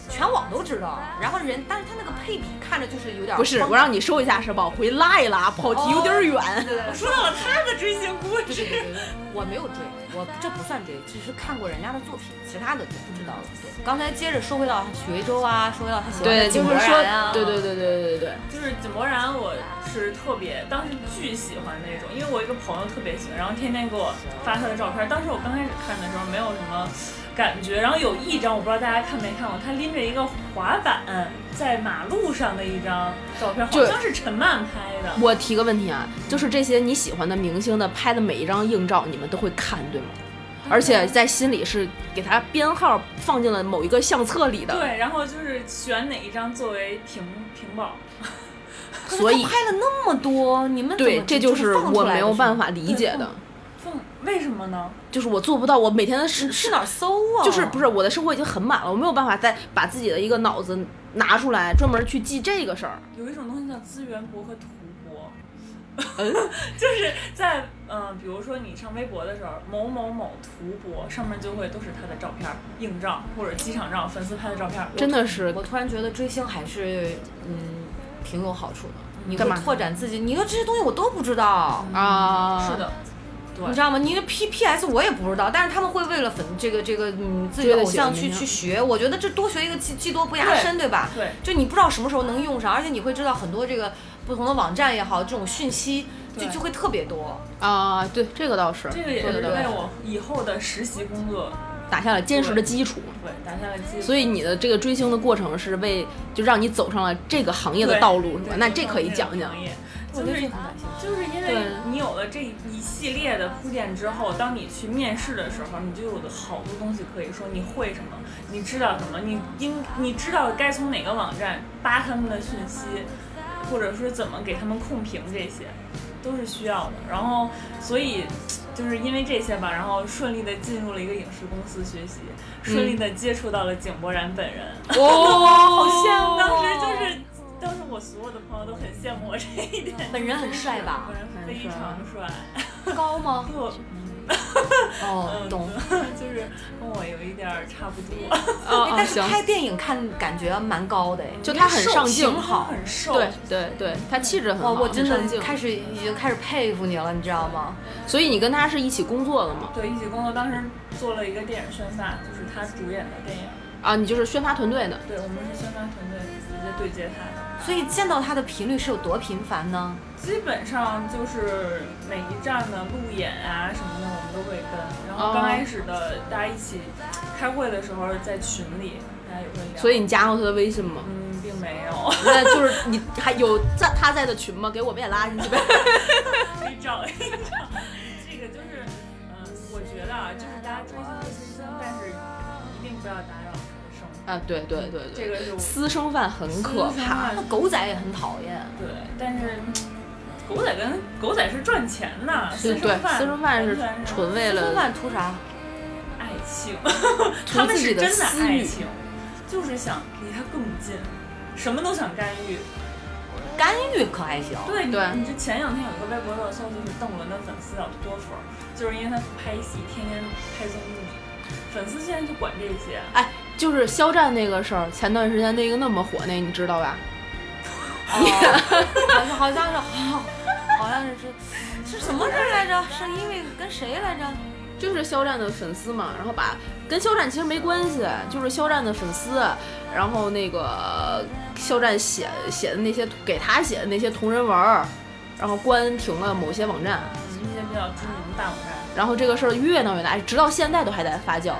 全网都知道。然后人，但是他那个配比看着就是有点不是荒我让你收一下是吧？我回拉一拉，跑题有点唐远。对对对说到了他的追星故对事，对对对，我没有追，我这不算追，只是看过人家的作品，其他的就不知道了。对，刚才接着说回到许魏洲啊，说回到他喜欢的 *laughs* 嗯对，井就柏是说然啊，，对对对对对对对，就是井柏然，我是特别当时巨喜欢那种，因为我一个朋友特别喜欢，然后天天给我发他的照片。当时我刚开始看的时候没有什么感觉，然后有一张我不知道大家看没看过，他拎着一个滑板在马路上的一张照片，好就像是陈漫拍的。我提个问题啊，就是这些你喜欢的明星的拍的每一张硬照，你们都会看对吗？而且在心里是给他编号放进了某一个相册里的，对，然后就是选哪一张作为屏屏保，所以拍了那么多，你们怎么对，这就是嗯放出我来的没有是办吗法理解的，放为什么呢？就是我做不到，我每天的是去哪儿搜啊？就是不是我的生活已经很满了，我没有办法再把自己的一个脑子拿出来专门去记这个事儿。有一种东西叫资源博和图博，嗯 *laughs* 就是在嗯、呃比如说你上微博的时候，某某某图博上面就会都是他的照片儿、硬照或者机场照、粉丝拍的照片儿。真的是我突然觉得追星还是嗯挺有好处的，你嗯干会嘛拓展自己。你说这些东西我都不知道，啊，是，的，你知道吗？你的 P P S 我也不知道，但是他们会为了粉这个这个嗯自己的偶像去追得起去学，我觉得这多学一个技技多不压身，对吧？对就你不知道什么时候能用上，而且你会知道很多这个不同的网站也好，这种讯息就对就会特别多。啊，对，这个倒是，这个也说是得为对我以后的实习工作打下了坚实的基础。对打下了基础。所以你的这个追星的过程是为就让你走上了这个行业的道路，是吧对？那这可以讲。对讲行。业我就对是这个很感兴趣就是因对为你有了这一系列的铺垫之后，当你去面试的时候，你就有了好多东西可以说，你会什么，你知道什么，你应你知道该从哪个网站扒他们的讯息，或者说怎么给他们控评这些，都是需要的。然后，所以就是因为这些吧，然后顺利的进入了一个影视公司学习，顺利嗯的接触到了井柏然本人。哦，好羡，啊当时就是，当时我所有的朋友都很羡慕我这一点。本人很帅吧？嗯本人非常帅，高 *laughs* 吗？我哦，嗯懂。，就是跟我有一点儿差不多，哦哎哦但是行，拍电影看感觉蛮高的哎，就他很上镜，挺好。很瘦，对对对，他气质很好，哇，我真很上的镜开始已经开始佩服你了，你知道吗？所以你跟他是一起工作的吗？对，一起工作，当时做了一个电影宣发，就是他主演的电影，啊，你就是宣发团队的。对我们是宣发团队直接对接他的，所以见到他的频率是有多频繁呢？基本上就是每一站的路演啊什么的，我们都会跟，然后刚开始的大家一起开会的时候在群里，大家也会聊，所以你加过他的微信吗？嗯，并没有，友，那就是你还有在他在的群吗？给我们也拉进去呗。可以找一找。这个就是，嗯、我觉得啊，就是大家追求的是生，但是一定不要打扰谁的生 *laughs* 活。啊，对对对这对，个是我私生饭很可私生怕饭。那狗仔也很讨厌。对，但是嗯狗仔跟狗仔是赚钱的，对私对生，饭私生饭是完全纯为吃了饭图啥？爱情，图他们自己是的真的私爱欲。情，就是想离他更近，什么都想干预。干预可还行？对，你对你就前两天有一个微博热搜，就是邓伦的粉丝叫多佛，就是因为他拍戏天天拍综艺，粉丝现在就管这些。啊哎，就是肖战那个事儿，前段时间那个那么火，那你知道吧？啊哦， *laughs* 好像好像是好，好像是是什么事儿来着？是因为跟谁来着？就是肖战的粉丝嘛，然后把跟肖战其实没关系，就是肖战的粉丝，然后那个肖战写写的那些给他写的那些同人文儿，然后关停了某些网站，一些比较知名的大网站，然后这个事儿越闹越大，哎直到现在都还在发酵。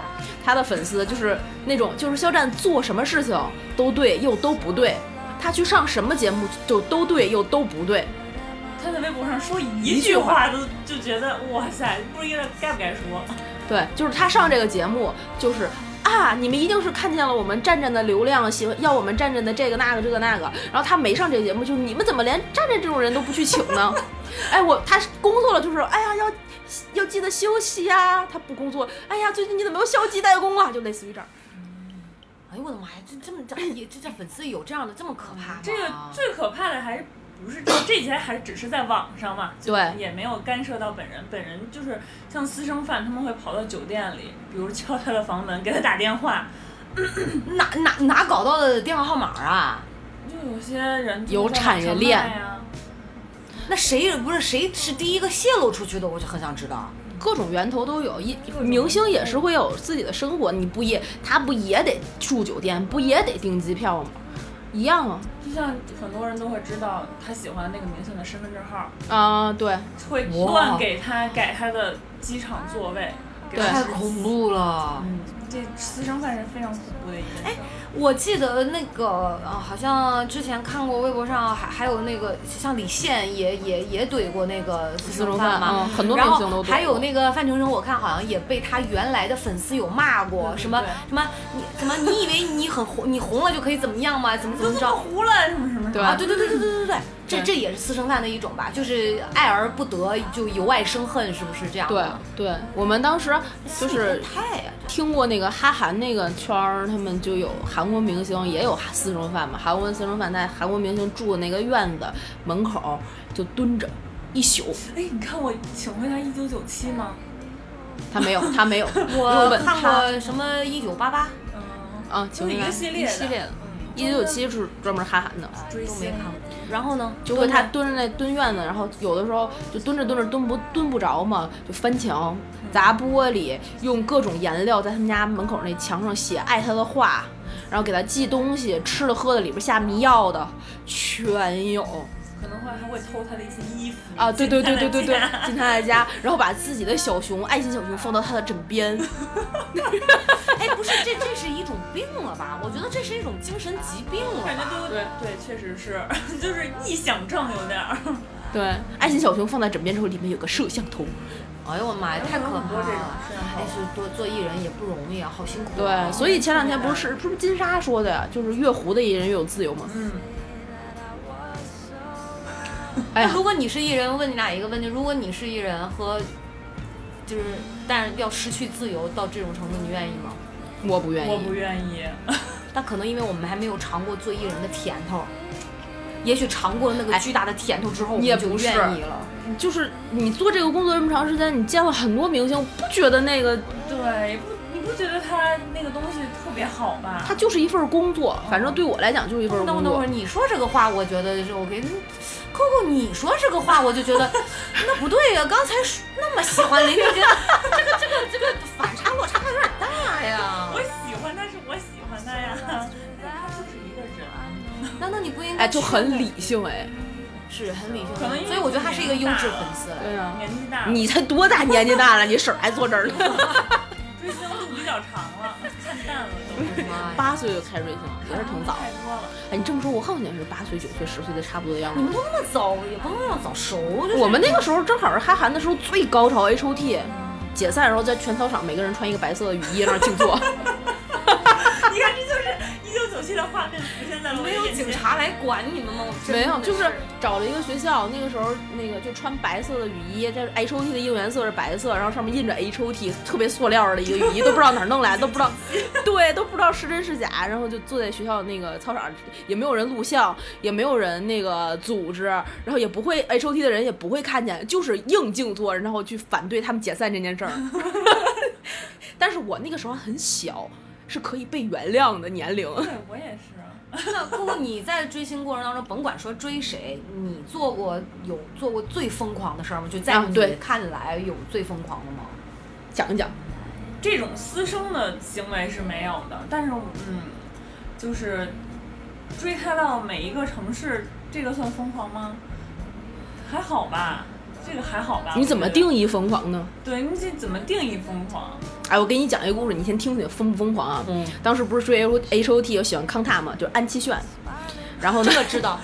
他的粉丝就是那种，就是肖战做什么事情都对又都不对，他去上什么节目就都对又都不对。他在微博上说一句话都就觉得哇塞，不知道该不该说。对，就是他上这个节目就是。啊！你们一定是看见了我们战战的流量，喜欢要我们战战的这个那个这个那个。然后他没上这节目，就是你们怎么连战战这种人都不去请呢？哎，我他工作了，就是哎呀要要记得休息呀、他不工作，哎呀最近你怎么又消极怠工啊了？就类似于这样。哎呦我的妈呀！这这么这这这粉丝有这样的这么可怕吗？这个最可怕的还是不是这这些，还只是在网上嘛，就对也没有干涉到本人。本人就是像私生饭，他们会跑到酒店里，比如敲他的房门，给他打电话。哪哪哪搞到的电话号码啊？就有些人有产业链呀、那谁不是谁是第一个泄露出去的？我就很想知道。各种源头都有，一明星也是会有自己的生活，你不也他不也得住酒店，不也得订机票吗？一样啊就像很多人都会知道他喜欢那个明星的身份证号，啊，对，会哇乱给他改他的机场座位。给对他太是恐怖了！嗯，这私生饭是非常恐怖的一件事。我记得那个呃，好像之前看过微博上还还有那个像李现也也也怼过那个私自生助饭饭嘛。嗯，很多明然星后都还有那那个范丞丞，我看好像也被他原来的粉丝有骂过，对什么对什么你怎么你以为你很红，你红了就可以怎么样吗？怎么怎都么这么着？糊了，什么什么什 *laughs* 对么啊，对对对对对对对，这对这也是私生饭的一种吧，就是爱而不得，就由爱生恨，是不是这样对的？对，我们当时就心理是变态呀、听过那个哈韩那个圈儿，他们就有韩国明星也有私生饭嘛，韩国私生饭在韩国明星住的那个院子门口就蹲着一宿，哎，你看我请回答一九九七吗？他没有他没 *laughs* 有，我问呃看他过什么一九八八嗯，啊，请就是一问个他系列的，系列的，嗯，一九九七是专门哈韩的。追都星没看过，然后呢，就会蹲他着蹲着那蹲院子，然后有的时候就蹲着蹲着蹲不蹲不着嘛，就翻墙嗯砸玻璃，用各种颜料在他们家门口那墙上写爱他的话，然后给他寄东西，吃的喝的里边下迷药的全有可能会还会偷他的一些衣服 *laughs* 啊！对对对对对对进他的，家进他的家，然后把自己的小熊爱心小熊放到他的枕 *laughs* 边，哎，不是，这这是一种病了吧？我觉得这是一种精神疾病了感觉吧。都对对，确实是， *laughs* 就是臆想症有点儿。对，爱心小熊放在枕边之后，里面有个摄像头，哎呦我的妈呀，太可怕很多这种了！摄像头哎，是做做艺人也不容易啊，好辛苦、啊。对，所以前两天不是是不是金莎说的呀，就是越糊的艺人越有自由嘛，嗯，哎呀那如果你是艺人，问你俩一个问题：如果你是艺人和就是，但是要失去自由到这种程度，你愿意吗？我不愿我不意，愿意。但可能因为我们还没有尝过做艺人的甜头，也许尝过那个哎巨大的甜头之后，我也们就不是愿意了。就是你做这个工作这么长时间，你见了很多明星，不觉得那个对，不，你不觉得他那个东西特别好吧？它就是一份工作，反正对我来讲就是一份等会儿工等作会儿，。你说这个话，我觉得是 OK。嗯 Coco，你说这个话，我就 *laughs* 觉得那不对呀、刚才说那么喜欢林俊杰，这个这个这个反差落差有点大呀我。喜欢他是我喜欢他呀，他就是一个人。难道你不应该？哎，就很理性哎，是很理性的可能因为所以我觉得他是一个优质粉丝。啊对呀、年纪大了，你才多大年纪大了，你婶儿还坐这儿呢。追追星路比较长了，看淡了都。妈呀！八岁就开始追星了，也是挺早太。多了，哎，你这么说，我好像也是八岁、九岁、十岁的差不多的样你子。们都那么早，也不能那么早熟。就是我们那个时候正好是哈韩的时候最高潮，H O T 解散的时候，在全操场每个人穿一个白色的雨衣，然后静坐。你看这就是一九九七的画面浮现在了我的没有眼前警察来管你们吗？我真的没有，就是是找了一个学校，那个时候那个就穿白色的雨衣，这 H O T 的应援色是白色，然后上面印着 H O T，特别塑料的一个雨衣，都不知道哪儿弄来，都不知 *laughs* 道，对，都不知道是真是假。然后就坐在学校那个操场，也没有人录像，也没有人那个组织，然后也不会 H O T 的人也不会看见，就是硬静坐，然后去反对他们解散这 *laughs* 件事儿。但是我那个时候很小，是可以被原谅的年龄。对我也是。那姑姑，你在追星过程当中，甭管说追谁，你做过有做过最疯狂的事儿吗？就在啊你对看来有最疯狂的吗？讲一讲，这种私生的行为是没有的，但是嗯，就是追他到每一个城市，这个算疯狂吗？还好吧，这个还好吧。你怎么我觉得定？义疯狂呢？对你这怎么定义疯狂？哎，我给你讲一个故事，你先听听疯不疯狂啊？嗯，当时不是追 H O T，有喜欢康塔嘛，就是安七炫。然后呢，哎这个 *laughs* 知道，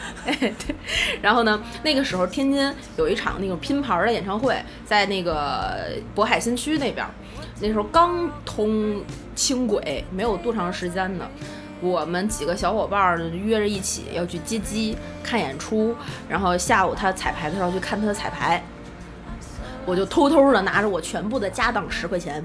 然后呢，那个时候天津有一场那种拼盘儿的演唱会，在那个渤海新区那边儿，那时候刚通轻轨，没有多长时间呢。我们几个小伙伴儿约着一起要去接机看演出，然后下午他彩排的时候去看他的彩排，我就偷偷的拿着我全部的家当十块钱，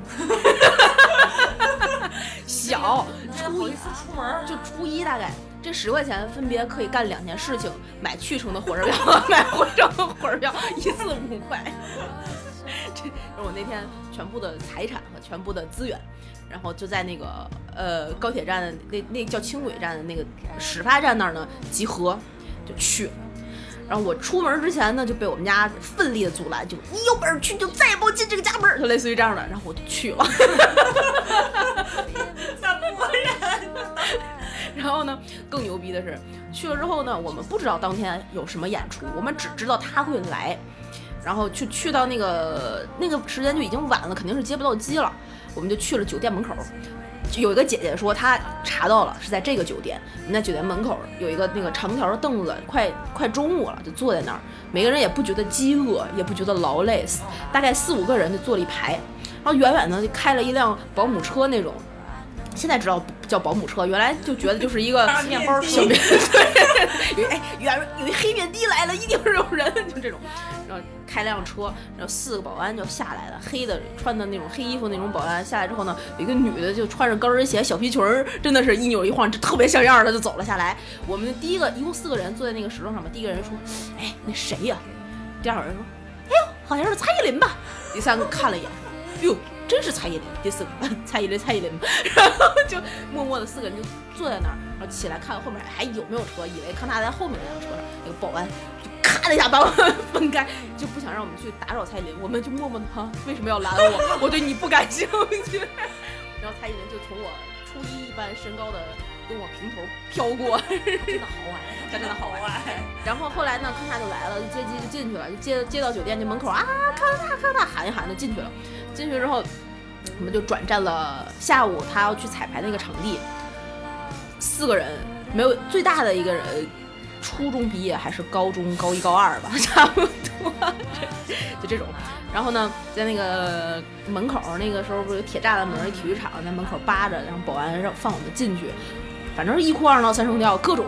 小初一啊出门儿就初一大概，这十块钱分别可以干两件事情：买去程的火车票， *laughs* 买回程的火车票，一次五块。 *laughs* 这是我那天全部的财产和全部的资源，然后就在那个呃高铁站那那叫轻轨站的那个始发站那儿呢集合，就去。然后我出门之前呢，就被我们家奋力的阻拦，就你有本事去，就再也不要进这个家门儿，就类似于这样的。然后我就去了。怎么人？然后呢，更牛逼的是，去了之后呢，我们不知道当天有什么演出，我们只知道他会来，然后去去到那个那个时间就已经晚了，肯定是接不到机了，我们就去了酒店门口。就有一个姐姐说她查到了是在这个酒店，我们在酒店门口有一个那个长条的凳子，快快中午了，就坐在那儿，每个人也不觉得饥饿，也不觉得劳累，大概四五个人就坐了一排，然后远远的就开了一辆保姆车那种，现在知道叫保姆车，原来就觉得就是一个面包车小面， *laughs* 对，有一哎，原来有一黑面的来了，一定是有人，就这种。然后开辆车，然后四个保安就下来了，黑的穿的那种黑衣服那种保安下来之后呢，有一个女的就穿着高跟鞋、小皮裙儿，真的是一扭一晃，就特别像样儿的就走了下来。我们第一个一共四个人坐在那个石头上面，第一个人说：“哎，那谁呀、第二个人说：“哎呦，好像是蔡依林吧。”第三个看了一眼，哟，真是蔡依林。第四个， *laughs* 蔡依林，蔡依林。 *laughs* 然后就默默的四个人就坐在那儿，然后起来看后面还有没有车，以为康纳在后面那辆车上，那个保安就咔的一下把我们分开， *laughs* 就不想让我们去打扰蔡依林，我们就默默的啊，为什么要拦我？我对你不感兴趣。 *laughs* 然后蔡依林就从我初一一般身高的跟我平头飘过，真的好矮，她真的好矮。爱。然后后来呢，康纳就来了，就接机就进去了，就接接到酒店就门口啊，康纳康纳喊一喊就进去了。进去之后，我们就转战了下午他要去彩排那个场地，四个人没有最大的一个人，初中毕业还是高中高一高二吧， *laughs* 差不多，就这种。然后呢，在那个门口，那个时候不是有铁栅栏门，一体育场在门口扒着，然后保安让放我们进去，反正是一哭二闹三上吊，各种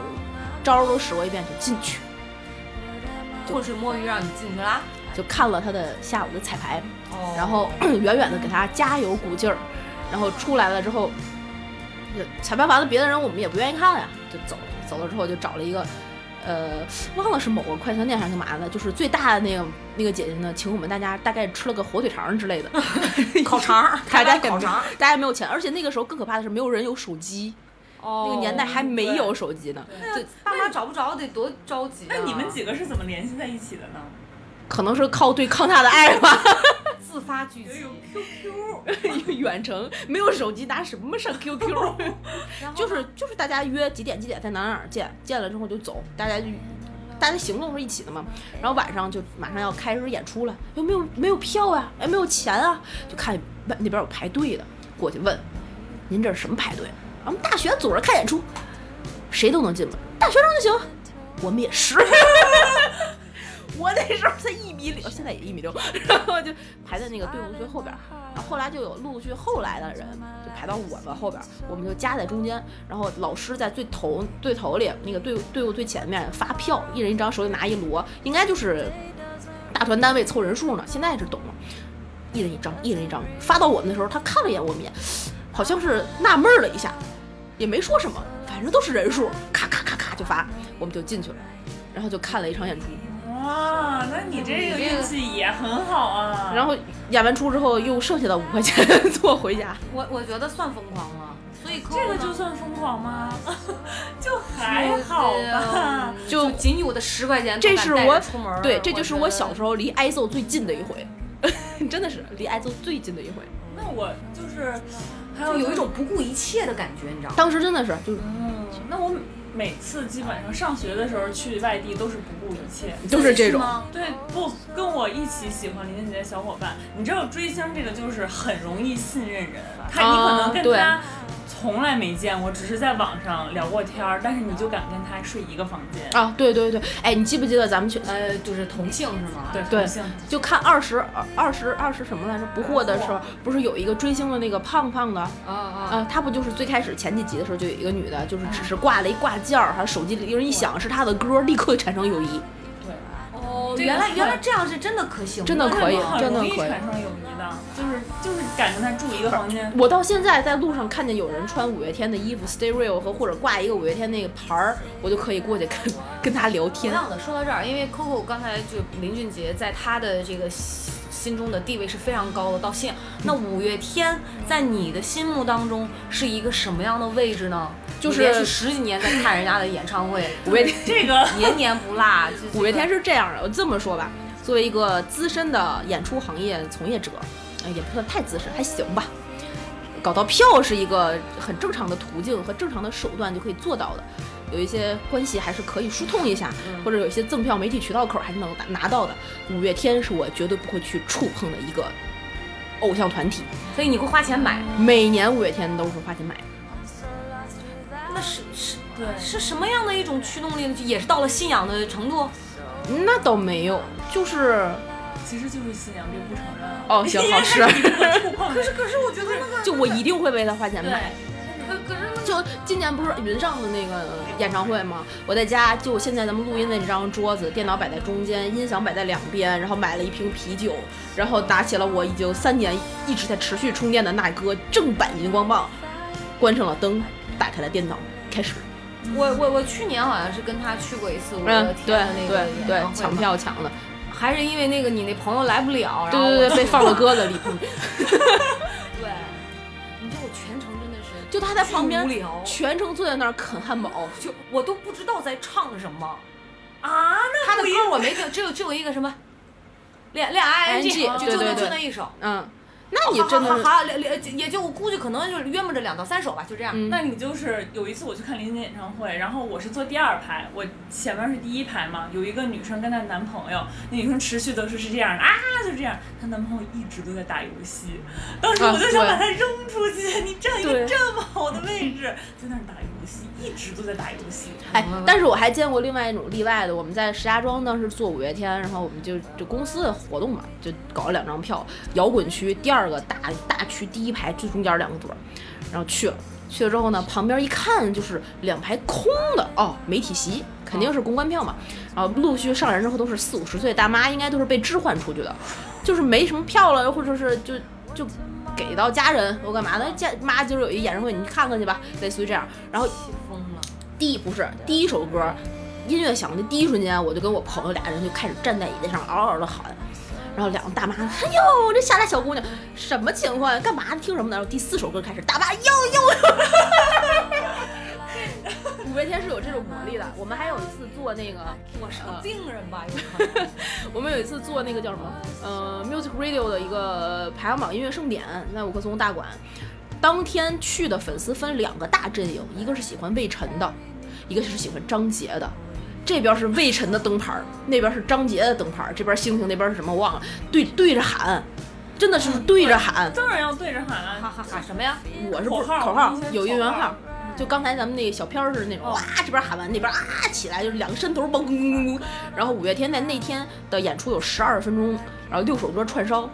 招儿都使过一遍，就进去，浑水摸鱼让你进去啦。就看了他的下午的彩排，哦然后 *clears throat* 远远的给他加油鼓劲儿，然后出来了之后，就彩排完了，别的人我们也不愿意看呀，就走了。走了之后就找了一个，呃，忘了是某个快餐店还是干嘛的，就是最大的那个那个姐姐呢，请我们大家大概吃了个火腿肠之 *laughs* 类的，烤肠 *laughs* 儿大家开完烤肠儿，大家也没有钱，而且那个时候更可怕的是没有人有手机，哦那个年代还没有手机呢，那爸妈找不着得多着急、啊。那你们几个是怎么联系在一起的呢？可能是靠对康纳的爱吧。自发聚集， QQ， *laughs* 远程没有手机，拿什么上 QQ？ *laughs* 然后就是就是大家约几点几点在哪儿哪儿见，见了之后就走，大家就大家行动是一起的嘛。然后晚上就马上要开始演出了，有没有没有票啊？哎，没有钱啊，就看外那边有排队的，过去问：“您这是什么派对？”我们大学组织看演出，谁都能进门，大学生就行。我们也是。我那时候才一米六，现在也一米六，然后就排在那个队伍最后边儿。然后后来就有陆续后来的人就排到我们后边儿，我们就夹在中间。然后老师在最头最头里，那个队伍队伍最前面发票，一人一张，手里拿一摞，应该就是大团单位凑人数呢。现在是懂了，一人一张，一人一张。发到我们的时候，他看了一眼我们一眼，好像是纳闷儿了一下，也没说什么，反正都是人数，咔咔咔咔就发，我们就进去了，然后就看了一场演出。哇，啊那你这个运气也很好啊。然后演完出之后又剩下的五块钱 *laughs* 做回家，我我觉得算疯狂了，所以这个就算疯狂吗？就还好 *laughs* 吧。啊就仅有的十块钱，这是我出门儿，对，这就是我小时候候离 ISO 最近的一回， *laughs* 真的是离 ISO 最近的一回。那我就是还有就有就一种不顾一切的感觉，你知道吗？当时真的是就是嗯，那我每次基本上上学的时候去外地都是不顾一切。 *laughs* 就是这种，吗对，不跟我一起喜欢林俊杰的小伙伴，你知道追星这个就是很容易信任人，他你可能啊跟对他从来没见过，只是在网上聊过天儿，但是你就敢跟他睡一个房间，啊，对对对，哎，你记不记得咱们去呃，就是同性是吗？对，对同性就看二十二十二十什么来着不嗯惑的时候，不是有一个追星的那个胖胖的，啊啊，呃，他不就是最开始前几集的时候就有一个女的，就是只是挂了一挂件儿，还手机铃一响是她的歌，立刻产生友谊，对。哦，这个原来算原来这样是真的可行，真的可以那很真的容易可以产生友谊的，就是就是敢跟他住一个房间。我到现在在路上看见有人穿五月天的衣服，Stay Real 和或者挂一个五月天那个牌儿，我就可以过去跟跟他聊同天。样的，说到这儿，因为 Coco 刚才就林俊杰在他的这个心心中的地位是非常高的，到现那五月天嗯在你的心目当中是一个什么样的位置呢？就是你连续十几年在看人家的演唱会， *laughs* 五月天，这个年年不落。就这 *laughs* 个五月天是这样的，我这么说吧，作为一个资深的演出行业从业者，呃也不算太资深，还行吧。搞到票是一个很正常的途径和正常的手段就可以做到的，有一些关系还是可以疏通一下，或者有一些赠票媒体渠道口还是能拿拿到的。五月天是我绝对不会去触碰的一个偶像团体，所以你会花钱买，每年五月天都是花钱买的。嗯那是是对，是什么样的一种驱动力呢？就也是到了信仰的程度。那倒没有，就是其实就是信仰并不承认。哦行好吃触碰 *laughs* 可是可是我觉得那 *laughs* 个就我一定会为他花钱对买。，可可是那就今年不是云上的那个演唱会吗？我在家就现在咱们录音的这张桌子，电脑摆在中间，音响摆在两边，然后买了一瓶啤酒，然后拿起了我已经三年一直在持续充电的那个正版荧光棒，关上了灯，打开了电脑，开始。我我我去年好像是跟他去过一次五嗯月，天对的那个对演对唱会，抢嘛，票抢的，还是因为那个你那朋友来不了，然对后对我对，被放了鸽子里。对，你知道我全程真的是就他在旁边巨无聊，全程坐在那儿啃汉堡，就我都不知道在唱什么，啊，他的歌我没听，只有只有一个什么。恋恋爱 ING 就对就能对就对那一首，嗯，那你真的好是好好两两也就我估计可能就是约摸着两到三首吧，就这样。嗯那你就是有一次我去看林俊杰演唱会，然后我是坐第二排，我前面是第一排嘛，有一个女生跟她男朋友，那女生持续都是是这样的啊，就这样，她男朋友一直都在打游戏，当时我就想把他扔出去，你占一个对这么好的位置，在那儿打游戏，一直都在打游戏，哎，但是我还见过另外一种例外的，我们在石家庄当时做五月天，然后我们就就公司的活动嘛，就搞了两张票，摇滚区第二个大大区第一排最中间两个座儿，然后去了。去了之后呢，旁边一看就是两排空的哦，媒体席肯定是公关票嘛。然后陆续上来之后都是四五十岁大妈，应该都是被置换出去的，就是没什么票了，或者是就就给到家人我干嘛呢？家妈今儿有一演唱会，你看看去吧，类似于这样。然后疯了，第一不是第一首歌，音乐响的第一瞬间，我就跟我朋友俩人就开始站在椅子上嗷嗷的喊，然后两个大妈，哎呦，这下来小姑娘什么情况呀？干嘛呢听什么呢？然后第四首歌开始，大妈呦呦。 *laughs* 五月天是有这种魔力的。我们还有一次做那个，我是个呃病人吧？有可能我们有一次做那个叫什么，呃，Music Radio 的一个排行榜音乐盛典，在五棵松大馆。当天去的粉丝分两个大阵营，一个是喜欢魏晨的，一个是喜欢张杰的。这边是魏晨的灯牌儿，那边是张杰的灯牌儿，这边星星，那边是什么忘了，对对着喊，真的是对着喊，当然要对着喊喊啊！喊喊什么呀？ *laughs* 我是不口号口号一些有应援口号号，嗯就刚才咱们那个小飘儿似的那种，哦哇这边喊完那边啊起来，就是两个伸头蹦咕咕咕咕。然后五月天在那天的演出有十二分钟，然后六首歌串烧。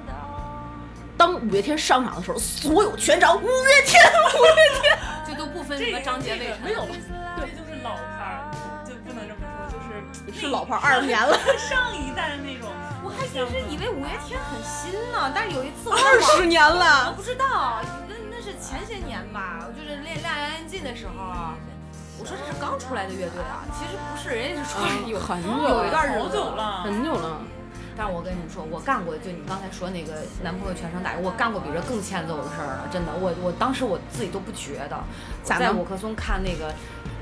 当五月天上场的时候，所有全场五月天，五月天，就都不分这什么个章节这位个什么没有了，对，就是老牌儿，就不能这么说，就是是老炮儿二十年了， *laughs* 上一代的那种。我还一直以为五月天很新呢，但是有一次 *laughs* 我二网十年我了。不知道，那那是前些年吧，就是练《亮阳安静》的时候，啊我说这是刚出来的乐队啊，其实不是，人家是出来有哎很有一段日好子久。了，很久了，但是我跟你说，我干过就你刚才说那个男朋友全程打，我干过比这更欠揍的事儿了，真的，我我当时我自己都不觉得。我咋在呢五棵松看那个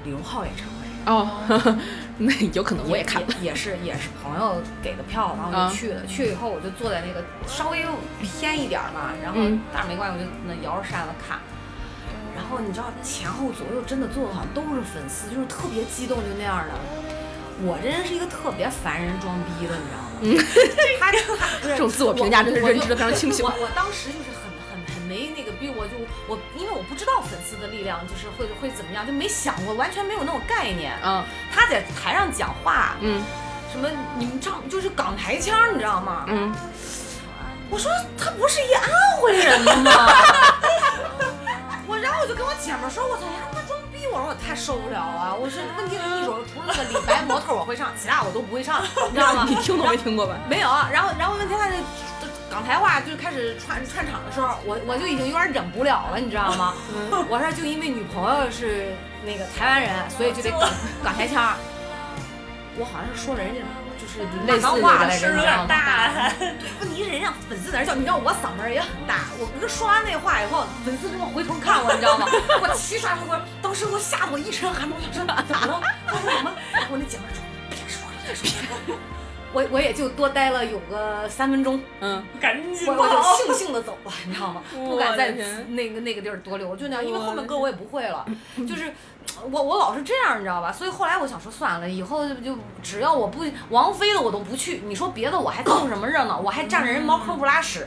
李荣浩演唱会。哦， *laughs* 呵呵那有可能我也看了。也也是也是朋友给的票，然后啊就去了。去以后我就坐在那个稍微偏一点儿嘛，然后嗯但是没关系，我就那摇着扇子看。然后你知道前后左右真的坐的好像都是粉丝，就是特别激动，就那样的。我这人是一个特别烦人装逼的，你知道吗？ *laughs* *laughs* 他他不嗯是这种自我评价真是我我认知得非常清醒我我当时就是很很很没那个逼，我就我因为我不知道粉丝的力量就是会会怎么样，就没想过，完全没有那种概念。嗯他在台上讲话，嗯什么你们唱就是港台腔，你知道吗？嗯，我说他不是一安徽人的吗？ *laughs* 我然后我就跟我姐们儿说，我操，他他妈装逼！我说我太受不了了。我说问题是一首除了那个李白模特我会唱，其他我都不会唱，你知道吗？ *laughs* 你听都没听过吧？没有，啊然后然后问题他这港台话就开始串串场的时候，我我就已经有点忍不了了，你知道吗？我说就因为女朋友是那个台湾人，所以就得港港台腔儿。我好像是说了人家就是类似骂的脏话来声着，你儿知道有点吗？大。问题是人家粉丝在那叫，你知道我嗓门儿也很大，我不是说完那话以后，粉丝跟我回头看我，你知道吗？我齐刷刷，我当时给我吓得我一身汗，我说咋了？我说什么？然后我那姐们儿说别说了，别说了。我我也就多待了有个三分钟，嗯，赶紧 *laughs* 我我跑！就悻悻的走了，你知道吗？不敢在我的天那个那个地儿多留，就那样，因为我后的面歌我也不会了，就是我我老是这样，你知道吧？所以后来我想说算了，以后就只要我不王菲的我都不去，你说别的我还凑什么热闹？我还占着人茅坑不拉屎。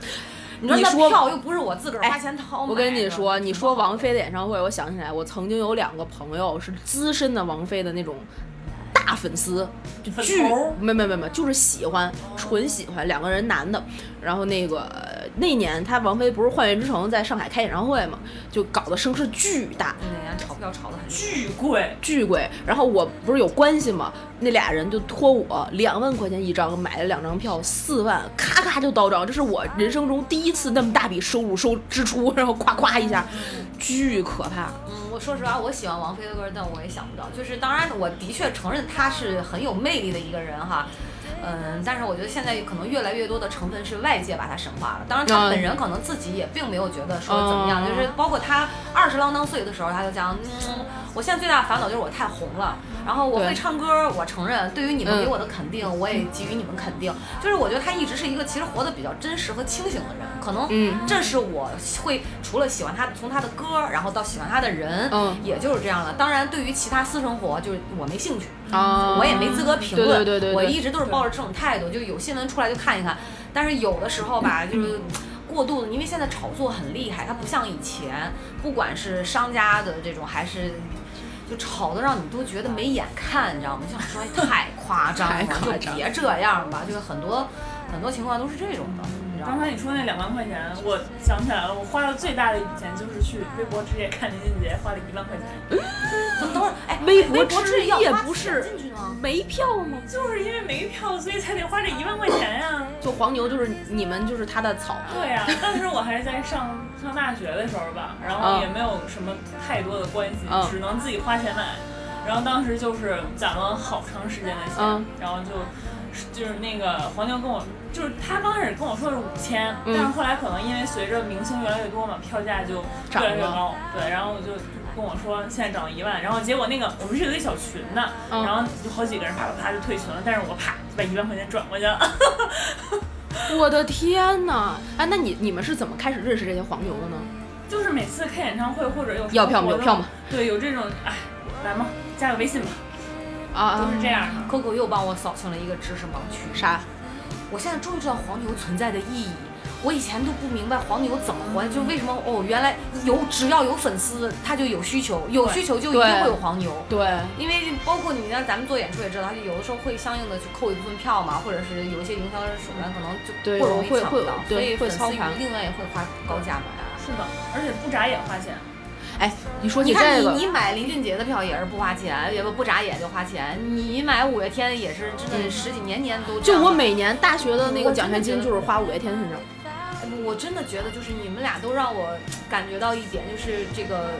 你说你那说哎票又不是我自个儿花钱掏买的我跟你说，你说王菲的演唱会，我想起来，我曾经有两个朋友是资深的王菲的那种大粉丝，就粉巨头儿没没没没，就是喜欢，纯喜欢，两个人男的。然后那个呃那年他王菲不是《幻乐之城》在上海开演唱会嘛，就搞得声势巨大。嗯，人家炒票炒的很厉害巨贵，巨贵，然后我不是有关系嘛，那俩人就托我两万块钱一张买了两张票，四万，咔咔就到账，这是我人生中第一次那么大笔收入收支出，然后夸夸一下，巨可怕。嗯，我说实话，我喜欢王菲的歌，但我也想不到。就是当然，我的确承认她是很有魅力的一个人哈。嗯，但是我觉得现在可能越来越多的成分是外界把她神化了。当然，她嗯本人可能自己也并没有觉得说怎么样，嗯就是包括她二十郎当岁的时候，她就讲，嗯，我现在最大的烦恼就是我太红了。然后我对会唱歌，我承认，对于你们嗯给我的肯定，我也给予你们肯定。就是我觉得她一直是一个其实活得比较真实和清醒的人，可能嗯这是我会除了喜欢他，从他的歌，然后到喜欢他的人，嗯也就是这样了。当然，对于其他私生活，就是我没兴趣，啊我也没资格评对论。对对对对我一直都是抱着这种态度，就有新闻出来就看一看。但是有的时候吧，嗯就是过度的，因为现在炒作很厉害，它不像以前，不管是商家的这种还是。就炒的让你都觉得没眼看，你知道吗？就想说哎 *laughs* 太夸张了，太夸张就别这样吧。就是很多很多情况都是这种的，你知道刚吗？才你说那两万块钱，我想起来了，我花的最大的一笔钱就是去微博之夜看林俊杰，花了一万块钱，怎么等会儿？哎，微博博之之要夜花不钱是进去吗？没票吗？就是因为没票，所以才得花这一万块钱呀、就黄牛就是你们就是他的草，对呀、当时我还在上上大学的时候吧，然后嗯也没有什么太多的关系，嗯只能自己花钱买。然后当时就是攒了好长时间的钱，嗯然后就就是那个黄牛跟我，就是他刚开始跟我说是五千、嗯但是后来可能因为随着明星越来越多嘛，票价就涨越来越了高。对，然后我就跟我说现在涨了一万，然后结果那个我们是有一个小群的，嗯然后就好几个人啪啪啪就退群了，但是我啪就把一万块钱转过去了。我的天呐！哎，那你你们是怎么开始认识这些黄牛的呢？就是每次开演唱会或者有什么要票吗活动有票吗？对，有这种，哎，来嘛，加个微信吧，啊，都是这样的。 Coco 又帮我扫清了一个知识盲区。啥？我现在终于知道黄牛存在的意义。我以前都不明白黄牛怎么嗯活，就为什么哦，原来有只要有粉丝，他就有需求，有需求就一定会有黄牛。对，因为包括你让咱们做演出也知道，他就有的时候会相应的去扣一部分票嘛，或者是有一些营销手段可能就对不容易会抢会到，对所以会粉丝操盘另外也会花高价买啊。是的，而且不眨眼花钱。哎，你说你起看这你个，你买林俊杰的票也是不花钱，也不不眨眼就花钱。你买五月天也是真的十几年年都这嗯就样我了每年大学的那个我真的奖学觉金得就是花五月天身上。我真的觉得就是你们俩都让我感觉到一点，就是这个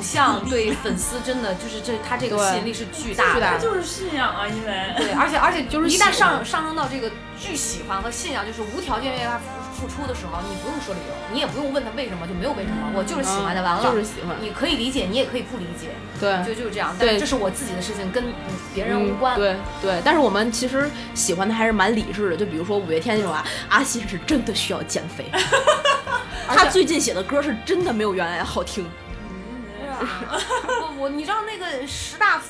*laughs* 像对粉丝真的就是这他这个对吸引力是巨大巨大他的的。就是信仰啊，因为对，而且而且就是一喜旦欢上上升到这个巨喜欢和信仰，就是无条件为他付付出的时候，你不用说理由，你也不用问他为什么，就没有为什么，我就是喜欢他，嗯完了，就是喜欢你可以理解，你也可以不理解，就对就是这样。对嗯但是这是我自己的事情，跟别人无关。对对，但是我们其实喜欢的还是蛮理智的，就比如说五月天那种啊，阿信是真的需要减 *laughs* 肥，他最近写的歌是真的没有原来好听。 *laughs* 嗯我我你知道那个十大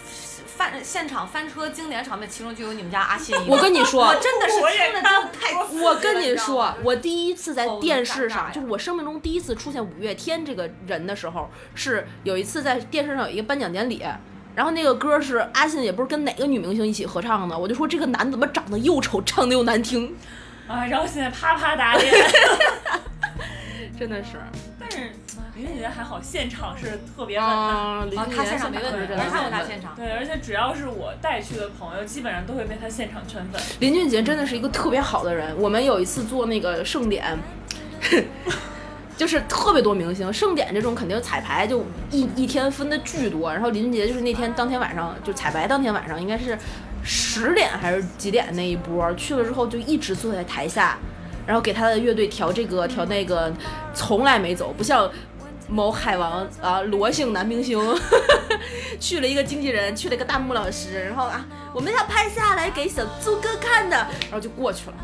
翻现场翻车经典场面，其中就有你们家阿信一个。我跟你说，我真的是我也听的看就太刺激了，我跟你知道说吗，我第一次在电视上，哦就是我生命中第一次出现五月天这个人的时候，是有一次在电视上有一个颁奖典礼。然后那个歌是阿信，也不是跟哪个女明星一起合唱的，我就说这个男的怎么长得又丑，唱的又难听，啊，然后现在啪啪打脸。 *laughs* 真的是。但是林俊杰还好，现场是特别稳 *laughs* 的。啊，啊，他现场没问是题，真我的看过他现场。对，而且只要是我带去的朋友，基本上都会被他现场圈粉。林俊杰真的是一个特别好的人。我们有一次做那个盛典，就是特别多明星。盛典这种肯定彩排就一一天分的巨多，然后林俊杰就是那天当天晚上就彩排当天晚上应该是十点还是几点那一波去了之后就一直坐在台下，然后给他的乐队调这个调那个，从来没走，不像。某海王啊，罗姓男明星 *laughs* 去了一个经纪人，去了一个大木老师，然后啊，我们要拍下来给小猪哥看的，然后就过去了。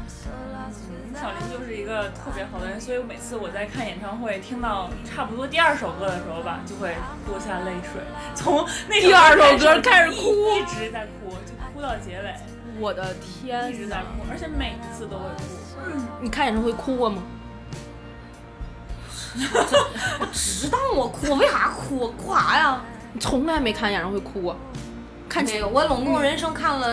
小林就是一个特别好的人，所以每次我在看演唱会，听到差不多第二首歌的时候吧，就会落下泪水，从那第二首歌开始一哭一直在哭，就哭到结尾，我的天一直在哭，而且每次都会哭。你看演唱会哭过吗？知道我哭，我为啥哭？我哭啥呀？你从来没看演唱会哭过，看没有，我拢共人生看了。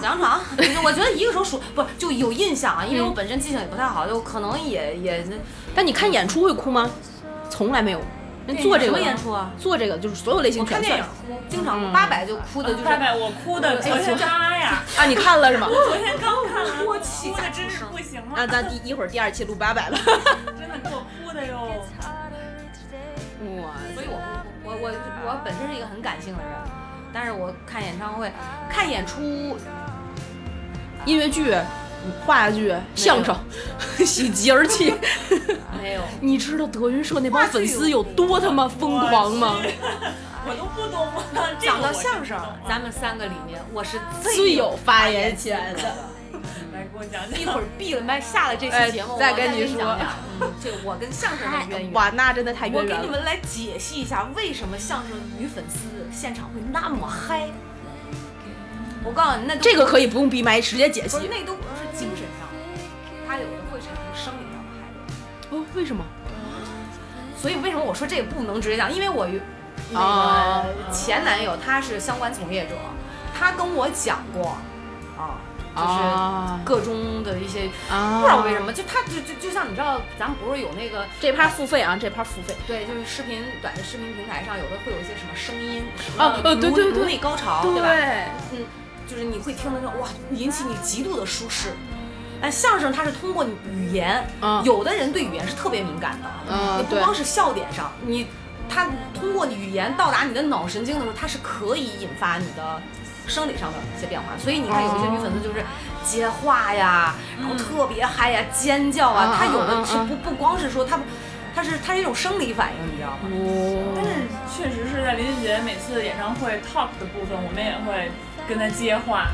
两场， *laughs* 我觉得一个手数不是就有印象啊，因为我本身记性也不太好，就可能也也但你看演出会哭吗？从来没有。人做这什个么演出啊？做这个就是所有类我型看全电算影哭，经常嗯八百就哭的就是呃大概我哭的，昨天妈 *laughs* 呀，啊！你看了是 *laughs* 吗？昨天刚看完，我哭啊的真是不行那了，咱第一会儿第二期录八百了。真的给我哭的哟。哇所以我不我我我本身是一个很感性的人，但是我看演唱会、看演出，音乐剧、话剧、相 *laughs* 声、喜极而泣。没有，你知道德云社那帮粉丝有多他妈疯狂吗？我都不懂了，这个讲我到真相声不懂，了咱们三个里面我是最有有发言权的。来给我讲一讲。会儿闭了麦，下了这哎期节目，我再跟跟你说讲讲，嗯，这个我跟相声的渊源。哇，那真的太我渊给源你了。们来解析一下，为什么相声女粉丝现场会那么嗨？我告诉你，那都这个可以不用闭麦，直接解不是析。那都不是精神上的，他有的会产生生理上的嗨。哦，为什么？所以为什么我说这个不能直接讲？因为我有那哦个前男友他是相关从业者，他跟我讲过，啊，就是啊各中的一些，啊不知道为什么，就他就就就像你知道，咱们不是有那个这趴付费啊，这趴付费。对，就是视频短视频平台上有的会有一些什么声音，哦哦对对对颅内高潮，对吧？对，嗯，就是你会听的时候，哇，引起你极度的舒适。但相声它是通过你语言，嗯有的人对语言是特别敏感的，嗯你不对光是笑点上，你它通过你语言到达你的脑神经的时候，它是可以引发你的生理上的一些变化。所以你看，有一些女粉丝就是接话呀，然后特别嗨呀，尖叫啊，嗯她有嗯嗯的是嗯不不光是说她，她是她是一种生理反应，你知道吗？嗯但是嗯确实是在林俊杰每次演唱会 talk 的部分，我们也会跟他接话，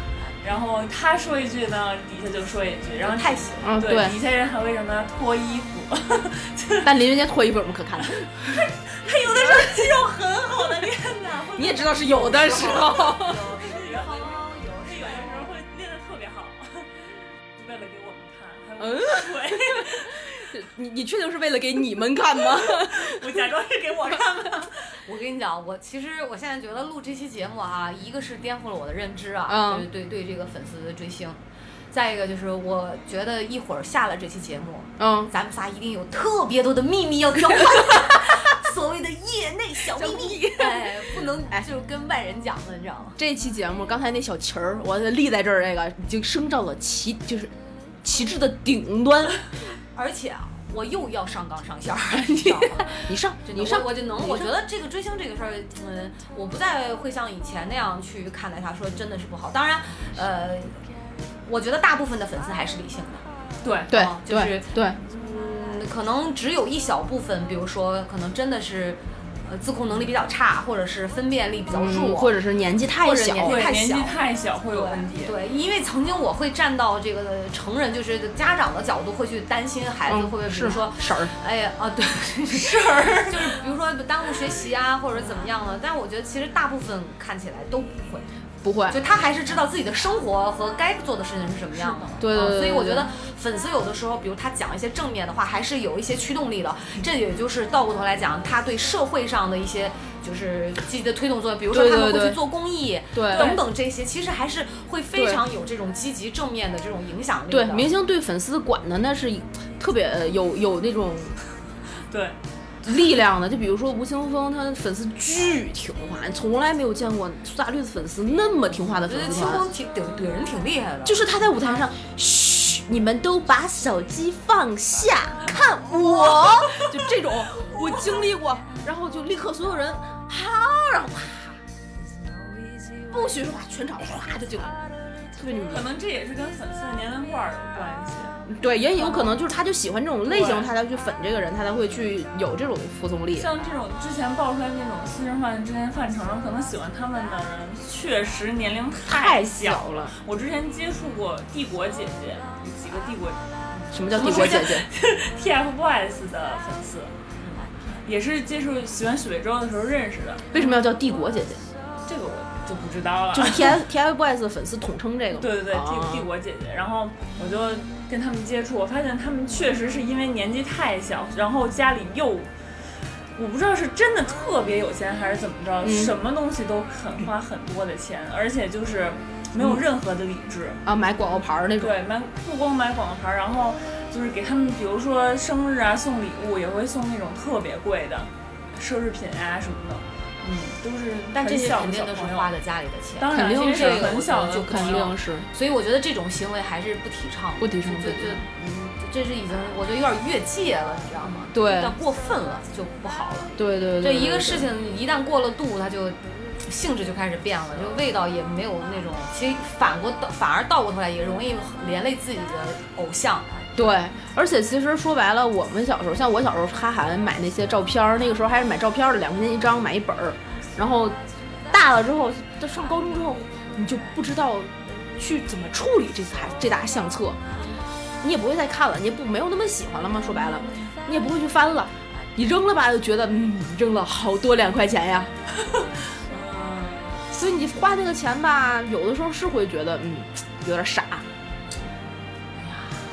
然后他说一句呢，底下就说一句，然后太喜嗯，对对。底下人还会让他脱衣服， *laughs* 但林俊杰脱衣服有什么可看的？他有的时候肌肉很好的练的，会你也知道是有的时候。 *laughs* 有的时候会练的特别好，为了给我们看，还嗯，对， *laughs* 你你确定是为了给你们看吗？ *laughs* *laughs* 我假装是给我看的。我跟你讲，我其实我现在觉得录这期节目啊，一个是颠覆了我的认知啊，嗯就是对对这个粉丝的追星；再一个就是我觉得一会儿下了这期节目，嗯，咱们仨一定有特别多的秘密要交 *laughs* 换，所谓的业内小秘密，哎，不能就是跟外人讲的，你知道吗？这期节目刚才那小旗儿，我立在这儿，这个已经升到了旗，就是旗帜的顶端。而且啊，我又要上纲上线儿， *laughs* 你知道吗？你上，真的你上，我我就能，你我觉上得这个追星这个事儿，嗯，我不再会像以前那样去看待它，说真的是不好。当然，呃，我觉得大部分的粉丝还是理性的，对，对哦就对是对，嗯，可能只有一小部分，比如说可能真的是，呃，自控能力比较差，或者是分辨力比较弱，嗯或者是年纪太或者小，年纪对，太年小纪太小会有问题对。对，因为曾经我会站到这个成人，就是家长的角度，会去担心孩子嗯会不会，比是如说，婶儿，哎呀啊， *laughs* 对，事儿，就是比如说耽误学习啊，或者怎么样了。但我觉得其实大部分看起来都不会，不会，就他还是知道自己的生活和该做的事情是什么样的。对对啊对所以对我觉对得粉丝有的时候，比如他讲一些正面的话，还是有一些驱动力的。这也就是倒过头来讲，他对社会上的一些就是积极的推动作用，比如说对他对们会去对做公益，对等等这些，其实还是会非对常有这种积极正面的这种影响力对的。明星对粉丝管的那是特别呃有有那种对，力量的，就比如说吴青峰，他的粉丝巨听话，你从来没有见过苏打绿的粉丝那么听话的我觉粉得丝清团。风挺怼怼人挺厉害的，就是他在舞台上，嘘，你们都把手机放下，看我，就这种，我经历过，然后就立刻所有人，好，然后啪，不许说话，全场哗就进来了，特别牛逼可。能这也是跟粉丝的年龄段儿有关系。对，也有可能就是他就喜欢这种类型，他才去粉这个人，他才会去有这种服从力。像这种之前爆出来那种私生饭之间范丞丞，可能喜欢他们的人确实年龄太小小了，我之前接触过帝国姐姐，有几个帝国什么叫帝国姐姐？ TFBOYS 的粉丝，也是接触喜欢许魏洲的时候认识的。为什么要叫帝国姐姐？这个我就不知道了。就是 T F T F Boys 的粉丝统称这个吗？对对对，啊帝帝国姐姐，然后我就跟他们接触，我发现他们确实是因为年纪太小，然后家里又，我不知道是真的特别有钱还是怎么嗯着，什么东西都肯花很多的钱，而且就是没嗯有任何的理智。啊，买广告牌儿那种。对，买不光买广告牌儿，然后就是给他们，比如说生日啊送礼物，也会送那种特别贵的奢侈品啊什么的。嗯，都是但这很些小肯的定小都是朋友花的家里的钱。当然肯定这是很小的就朋肯友定是所以我觉得这种行为还是不提倡的，不提倡就对就就嗯，这是已经我觉得有点越界了，你知道吗？对有点过分了就不好了。对对这对，一个是。事情一旦过了度，它就性质就开始变了，就味道也没有那种。其实反过倒反而倒过头来也容易连累自己的偶像。对，而且其实说白了，我们小时候，像我小时候，哈韩买那些照片儿，那个时候还是买照片儿的，两块钱一张买一本儿。然后大了之后，就上高中之后，你就不知道去怎么处理这沓这沓相册，你也不会再看了，你也不没有那么喜欢了嘛。说白了，你也不会去翻了，你扔了吧，就觉得嗯，扔了好多两块钱呀。所以你花那个钱吧，有的时候是会觉得嗯，有点傻。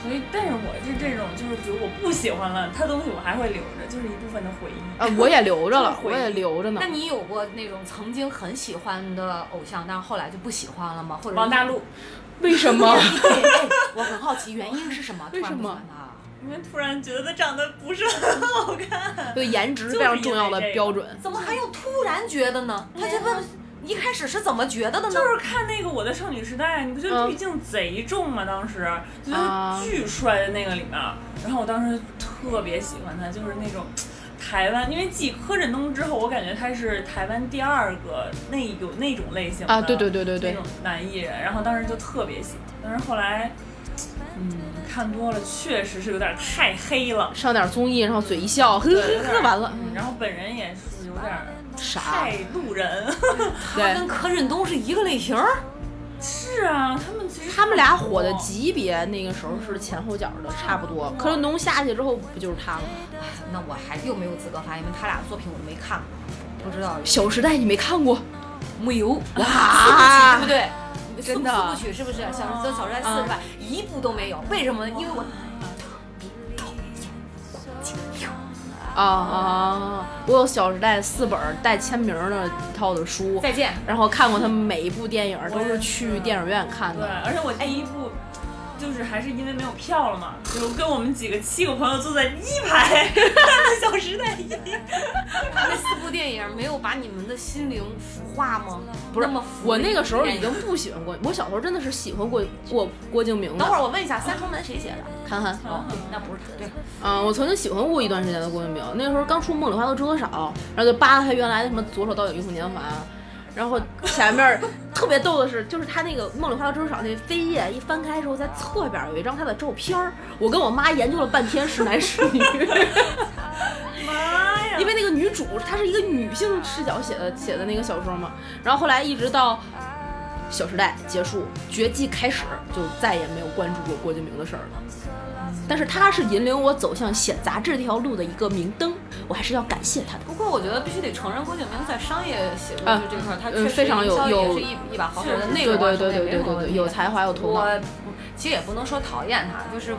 所以，但是我是这种，就是比如我不喜欢了，他东西我还会留着，就是一部分的回忆。啊，我也留着这了么，我回忆也留着呢那。你有过那种曾经很喜欢的偶像，但是后来就不喜欢了吗？或者是王大陆，为什么？对，哎我很好奇原因是什么？ *laughs* 为什么突然不喜欢他？因为突然觉得他长得不是很好看，对颜值非常重要的标准。怎么还有突然觉得呢？他这个一开始是怎么觉得的呢？ *laughs* 就是看那个《我的少女时代》，你不觉得嗯滤镜贼重吗？当时就觉啊得巨帅的那个里面，然后我当时特别喜欢他，就是那种。台湾，因为继柯震东之后，我感觉他是台湾第二个那有那种类型的啊对对对对对那种男艺人，然后当时就特别喜欢，但是后来，嗯，看多了确实是有点太黑了，上点综艺，然后嘴一笑，呵对呵呵，完了，嗯然后本人也是有点儿傻太。路人。他对，跟柯震东是一个类型儿。是啊，他们其实他们俩火的级别，那个时候是前后脚的差不多。柯震东下去之后，不就是他吗？哎那我还又没有资格发言，因为他俩作品我都没看过，不知道《小时代》你没看过？木有 *laughs* 哇啊 *laughs* 对不对？哦真的嗯四部曲是不是？小时候小时代四十版一部都没有，为什么呢？因为我啊啊！我有《小时代》四本带签名的套的书，再见。然后看过他每一部电影，都我也是是去电影院看对的。，而且我第一部就是还是因为没有票了嘛，就跟我们几个七个朋友坐在一排 *laughs* 看的《小时代》 *laughs* 一。那四部电影没有把你们的心灵腐化吗？不是那么腐我那个时候已经不喜欢郭，我小时候真的是喜欢郭郭郭敬明的。等会儿我问一下，《三重门》谁写的？韩寒，哦，那不是他。对，嗯，我曾经喜欢过一段时间的郭敬明，那个时候刚出《梦里花落知多少》，然后就扒拉他原来的什么左手倒影玉凤年华，然后前面儿特别逗的是，就是他那个《梦里花落知多少》那扉页一翻开的时候，在侧边有一张他的照片儿，我跟我妈研究了半天是男是女， *laughs* 妈呀！因为那个女主她是一个女性视角写的写的那个小说嘛，然后后来一直到《小时代》结束，《绝技》开始，就再也没有关注过郭敬明的事儿了。但是他是引领我走向写杂志这条路的一个明灯，我还是要感谢他的。不过我觉得必须得承认，郭敬明在商业写作啊这块儿，他嗯确实非常有营销也有是一一把好手是的是内对容啊对什么对对的也对没什么对问对，题有才华有头脑。我其实也不能说讨厌他，就是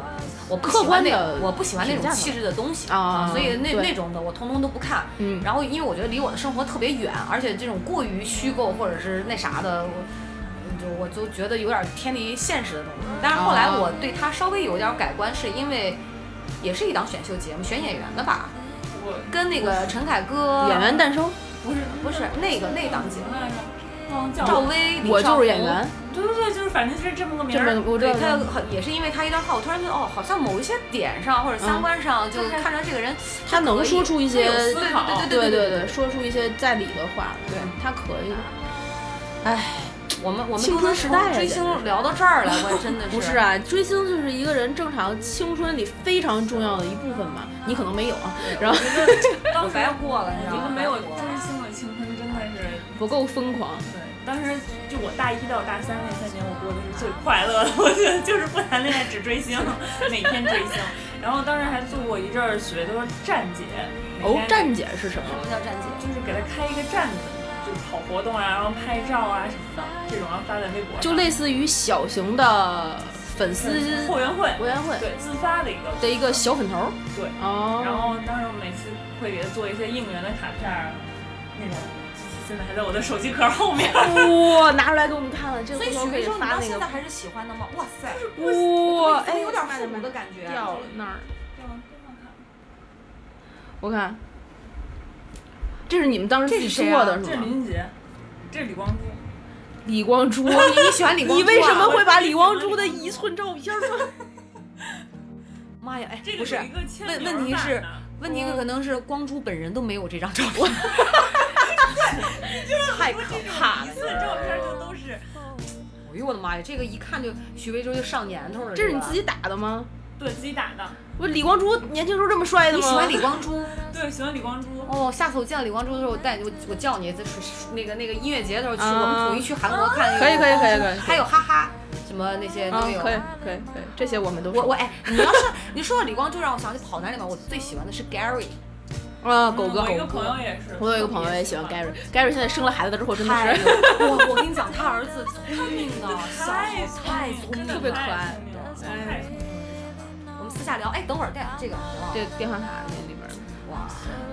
我不客观喜欢地那我不喜欢那评价种他气质的东西啊所以那对那种的我通通都不看。嗯然后因为我觉得离我的生活特别远，而且这种过于虚构或者是那啥的，我就我就觉得有点偏离现实的东西。但是后来啊我对他稍微有点改观，是因为也是一档选秀节目，选演员的吧，我跟那个陈凯歌演员诞生，不是不是那个那档节目，来着？嗯，叫赵薇，李我少就是演红员，对对对，就是反正就是这么个名这儿么。我知对道他的。很也是因为他一段话，我突然觉得哦，好像某一些点上或者三观上，就看着这个人嗯他能说出一些他有思思考对对对对嗯啊对，说出一些在理的话，对他可以。哎，我们我们青春都能时从代啊追简星聊到这儿了，我真的 *laughs* 是不是啊，追星就是一个人正常青春里非常重要的一部分嘛。你可能没有啊，然后当时白过了，你我知道觉吗得没有追星的青春真的是， *laughs* 不够疯狂。对，当时就我大一到大三那三年，我过的是最快乐的。 *laughs* 我觉得就是不谈恋爱，只追星，每天追星。然后当时还做过一阵儿学，都是站姐。每哦，天站姐是什么什？么叫站姐？就是给他开一个站子，就跑活动啊，然后拍照啊什么的，这种然后发在微博上，就类似于小型的粉丝是后援会，委员会对，自发的一个的一个小粉头儿。对。然哦，后当时我每次会给他做一些应援的卡片儿，那种现在还在我的手机壳后面。 *laughs* 哇、拿出来给我们看看，这个所以回头许可魏洲，你发到那现个在。还是喜欢的吗？哇塞，哇、怎哎，么有点慢复点古慢的点感觉。啊掉了那儿。我看，这是你们当时自己这是谁做啊的这是是吗？林俊杰，这是李光洙，李光洙，你喜欢李光洙你为啊？什么会把我李光洙的一寸照片放？妈呀？哎这，个不是有一，个签问名问题版是的问题可能是光洙本人都没有这张照 *laughs* 片，太可怕了 *laughs* 一。次照片就都是哎呦我的妈呀，这个一看就许魏洲就上年头了。这是吧你自己打的吗？对自己打的，不，李光洙年轻时候这么帅的你吗？喜欢李光洙？对，喜欢李光洙。 *laughs* 哦，下次我见到李光洙的时候，我带我我叫你，在水那个那个音乐节的时候去，啊我们统一去韩国看。可以可以可以可以还有哈哈什么那些啊都，有。可以可以可以，这些我们都我我哎，你要是 *laughs* 你说到李光洙，让我想起《跑男》里面我最喜欢的是 Gary，啊，狗哥嗯我一个朋友也是，我有一个朋友也喜欢 Gary，Gary 现在生了孩子之后真的太是有哎我我跟你讲，他儿子聪明啊，小时候太太聪明了，特别可爱太聪明了哎太聪明了我们私下聊，哎，等会儿带这个啊哇这电话卡那里边儿。哇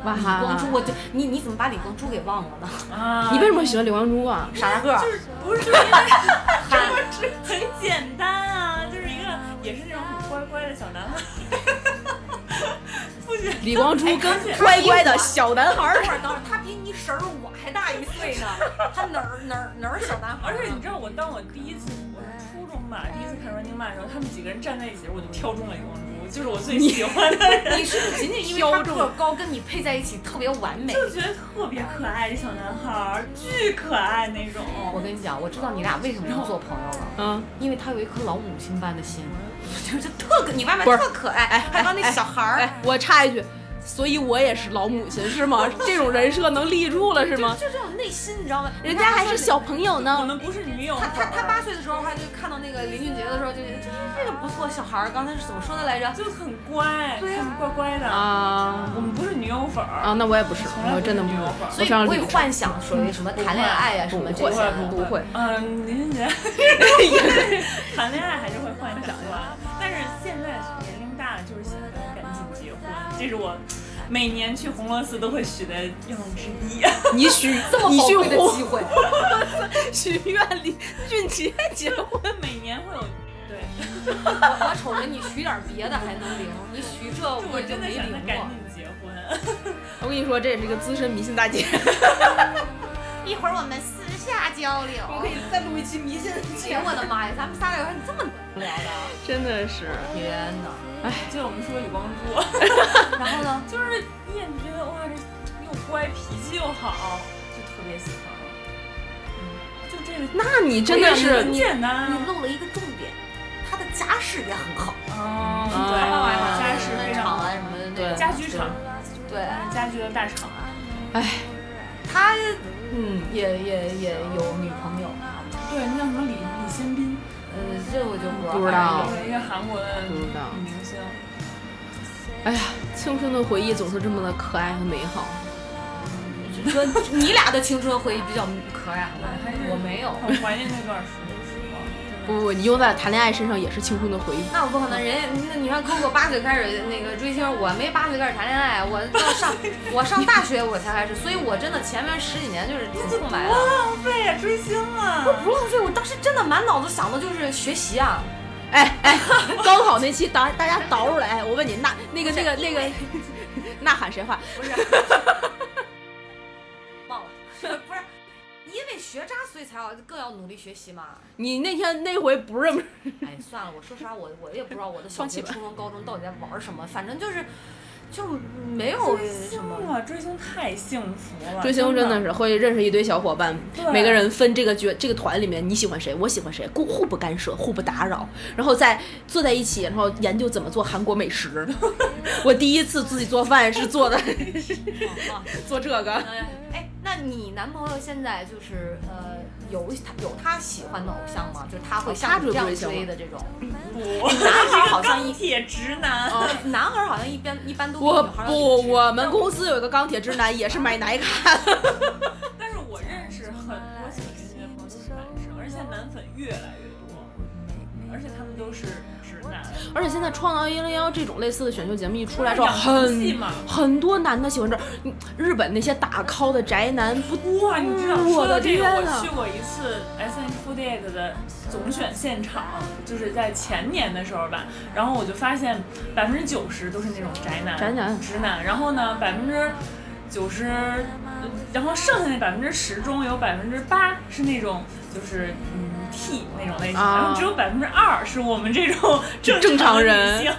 哇李啊哈光洙，我就你你怎么把李光洙给忘了呢？啊！哎你为什么喜欢李光洙啊？傻大个儿就，是不是就是因为他这不是很简单啊，就是一个也是那种很乖乖的小男孩。 *laughs* 不行，李光洙哎跟而且乖乖的小男孩等儿会儿等会儿，他比你婶儿我还大一岁呢，他哪儿哪儿哪儿小男 *laughs* 孩而儿且呢？你知道我当我第一次我是初中吧，第一次看 Running Man 的时候，他们几个人站在一起，我就挑中了李光洙，就是我最喜欢的人，你是不是仅仅因为他个儿高，跟你配在一起特别完美？就觉得特别可爱，这小男孩儿巨可爱那种。我跟你讲，我知道你俩为什么能做朋友了，嗯，因为他有一颗老母亲般的心，就是特可，你外面不是特可爱，还帮那小孩儿。哎，我插一句，所以我也是老母亲是吗？这种人设能立住了是就吗？就这种内心，你知道吗？人家还是小朋友我呢。们不是女友他粉他他儿，八岁的时候，他就看到那个林俊杰的时候，就觉得这这个不错小孩儿。刚才是怎么说的来着？就很乖，对啊很乖乖的。啊我们不是女友粉儿啊，，那我也不是从来，不我是真的不女友是粉儿。所以我非常不会理智幻想属于什么谈恋爱呀、什么这些啊的。不会，嗯，林俊杰谈恋爱还是会幻啊想的，但是现在年龄大了就是喜欢赶紧结婚，这是我每年去红螺寺都会许的愿望之一。啊你 *laughs* 许这么你宝去啊贵的活机会，许愿李 *laughs* 俊杰结婚， *laughs* 每年会有，对，我我瞅着你许点别的还能灵，你许这就我我就真的没想他灵赶过。紧结婚。我跟你说，这也是一个资深迷信大姐。一会儿我们私下交流。我可以再录一期迷信哎我的妈呀，咱们仨聊天这么无聊的，真的是，天哪！ *laughs* 就我们说李光洙，然后呢？就是一眼就觉得哇，这又乖，脾气又好，就特别喜欢。嗯，就这个那你真的这个是很你简单啊你。漏了一个重点，他的家世也很好，哦，嗯对，爸爸好，家什世么非厂常啊好，什么的那对种，家居厂，对，家居的大啊厂。哎他嗯，也也也有女朋友，啊对，那叫什么李李先斌，呃，这我就不不知道有一个韩国的不知道明星。哎呀，青春的回忆总是这么的可爱和美好。说你俩的青春回忆比较可爱，啊还是我没有。很怀念那段时时光。不不，不你用在谈恋爱身上也是青春的回忆。那我不可能，人家那你看 Coco 八岁开始那个追星，我没八岁开始谈恋爱，我到 *laughs* 上我上大学我才开始，所以我真的前面十几年就是挺空白的多。浪费哎呀，追星啊！不浪费，我当时真的满脑子想的就是学习啊，哎哎，高考那期大大家倒出来，哎我问你，那那个那个那个， *laughs* 呐喊谁话？不是，忘 *laughs* 了，不是，因为学渣所以才要更要努力学习嘛。你那天那回不是哎，算了，我说实话，我我也不知道我的小放弃学、吧初中、高中到底在玩什么，反正就是就没有什啊么。哇，追星太幸福了，追星真的是会认识一堆小伙伴，对每个人分这个角这个团里面你喜欢谁，我喜欢谁，互互不干涉，互不打扰，然后再坐在一起，然后研究怎么做韩国美食。我第一次自己做饭是做的啊 *laughs* 做这个，哎哎，那你男朋友现在就是呃有他有他喜欢的偶像吗？就是他他会像追你不这样追星追吗的这种？ *laughs* 不，男孩好像钢一铁直男。呃男孩好像一般一般都比我女孩要理不，智我们公司有一个钢铁直男，也是买奶卡。 *laughs* 但是我认识很多喜欢追星的朋友都是男生，而且男粉越来越多，而且他们都是直男。而且现在《创造一零幺》这种类似的选秀节目一出来之后，养成系很嘛很多男的喜欢这儿。你日本那些打 call 的宅男不哇，你知道嗯我说的到这个，天我呐去过一次 S N F D X 的总选现场，就是在前年的时候吧。然后我就发现百分之九十都是那种宅男、宅男直男。然后呢，百分之九十，然后剩下那百分之十中有百分之八是那种就是嗯 T 那种类型，啊然后只有百分之二是我们这种正正常的人女性。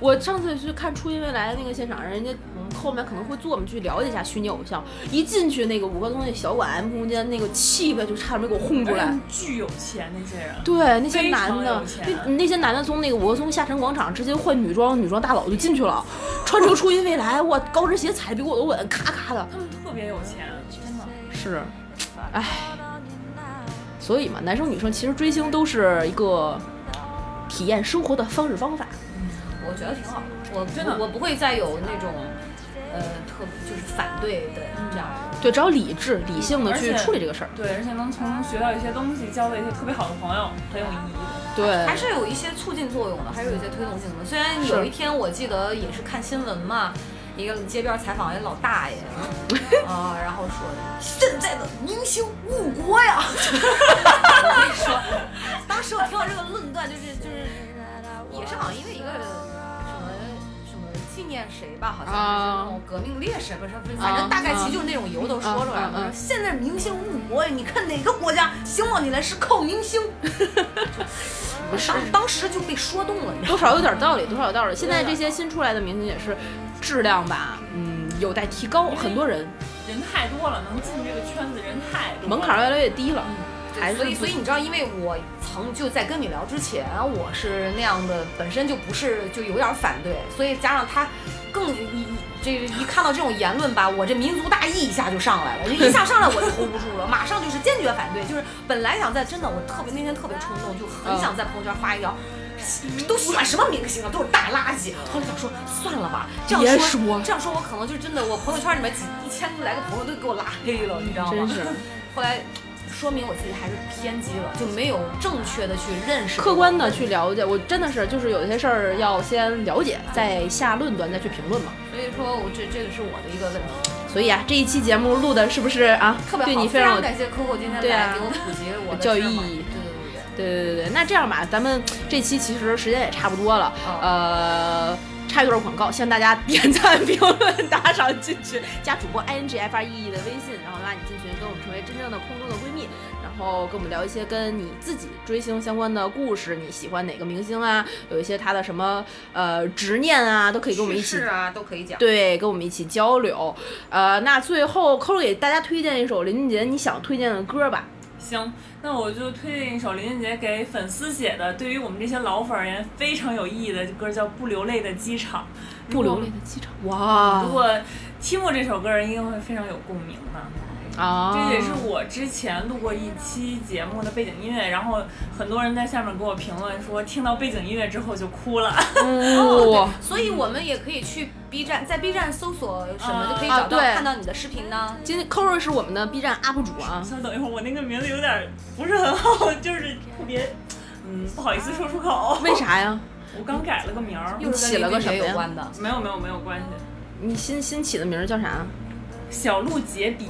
我上次去看初音未来的那个现场，人家嗯后面可能会坐我们去了解一下虚拟偶像。一进去那个五棵松那小馆 M 空间，那个气氛就差点没给我轰出而且他来们。巨有钱那些人，对，那些哎非男常的有，钱那那些男的从那个五棵松下沉广场直接换女装，女装大佬就进去了，穿成初音未来，哇，高跟鞋踩得比我都稳，咔咔的。他们特别有钱，真的。是，唉，所以嘛，男生女生其实追星都是一个体验生活的方式方法。我觉得挺好的，我真的我不会再有那种呃特就是反对的这样的。对，只要理智、嗯理性的而去且处理这个事儿。对，而且能从中学到一些东西，交到一些特别好的朋友，很有意义的。对，还是有一些促进作用的，还是有一些推动性的。虽然有一天我记得也是看新闻嘛，一个街边采访一哎老大爷，啊、然后说现在的明星误国呀。 *laughs* 我跟你说，当时我听到这个论断，就是就是也是好像因为一个什么什么纪念谁吧，好像是那种革命烈士不是，反正大概其就是那种由头说出来嗯嗯了嗯。现在明星误国，你看哪个国家兴旺起来是靠明星？当当时就被说动了，你知多道吗？少有点道理，多少有道理。现在这些新出来的明星也是质量吧，嗯，有待提高。很多人人太多了，能进这个圈子人太多了，门槛儿越来越低了，嗯还是所以所以你知道，因为我曾就在跟你聊之前，我是那样的，本身就不是就有点反对，所以加上他更一一这一看到这种言论吧，我这民族大义一下就上来了，一下上来我就 hold 不住了，马上就是坚决反对，就是本来想在真的我特别那天特别冲动，就很想在朋友圈发一条。都喜欢什么明星啊？都是大垃圾。后来想说，算了吧，这样别说说这样说，我可 *laughs* 能就真的，我朋友圈里面几一千来个朋友都给我拉黑了，你知道吗？真是后来说明我自己还是偏激了，就没有正确的去认识，客观的去。了解，我真的是就是有些事儿要先了解，再下论断，再去评论嘛。所以说我这这个是我的一个问题，所以啊，这一期节目录的是不是啊，特别好，对你非非常有感谢 Coco 今天对来啊给我普及我的教育知识嘛意义对对对对。对对对对，那这样吧，咱们这期其实时间也差不多了，嗯呃，插一段广告，希望大家点赞、评论、打赏、进群，加主播 i n g f r e e 的微信，然后拉你进群，跟我们成为真正的空中的闺蜜，然后跟我们聊一些跟你自己追星相关的故事，你喜欢哪个明星啊？有一些他的什么呃执念啊，都可以跟我们一起是啊，都可以讲。对，跟我们一起交流。呃，那最后扣儿给大家推荐一首林俊杰你想推荐的歌吧。行，那我就推荐一首林俊杰给粉丝写的，对于我们这些老粉儿而言非常有意义的歌，叫《不流泪的机场》。不流泪的机场。哇，如果听过这首歌，人应该会非常有共鸣的。啊，这也是我之前录过一期节目的背景音乐，然后很多人在下面给我评论说，听到背景音乐之后就哭了。哦哇，哦所以我们也可以去 B 站，在 B 站搜索什么啊就可以找到啊对看到你的视频呢。今天扣儿是我们的 B 站 UP 主 *laughs* 啊。稍等一会儿，哎我那个名字有点不是很好， *laughs* 就是特别，嗯，不好意思说出口。为啥呀？我刚改了个名儿，又是起了跟林个俊什么呀杰有 *laughs* 关的，没有没有没有关系。你新新起的名儿叫啥小鹿杰比，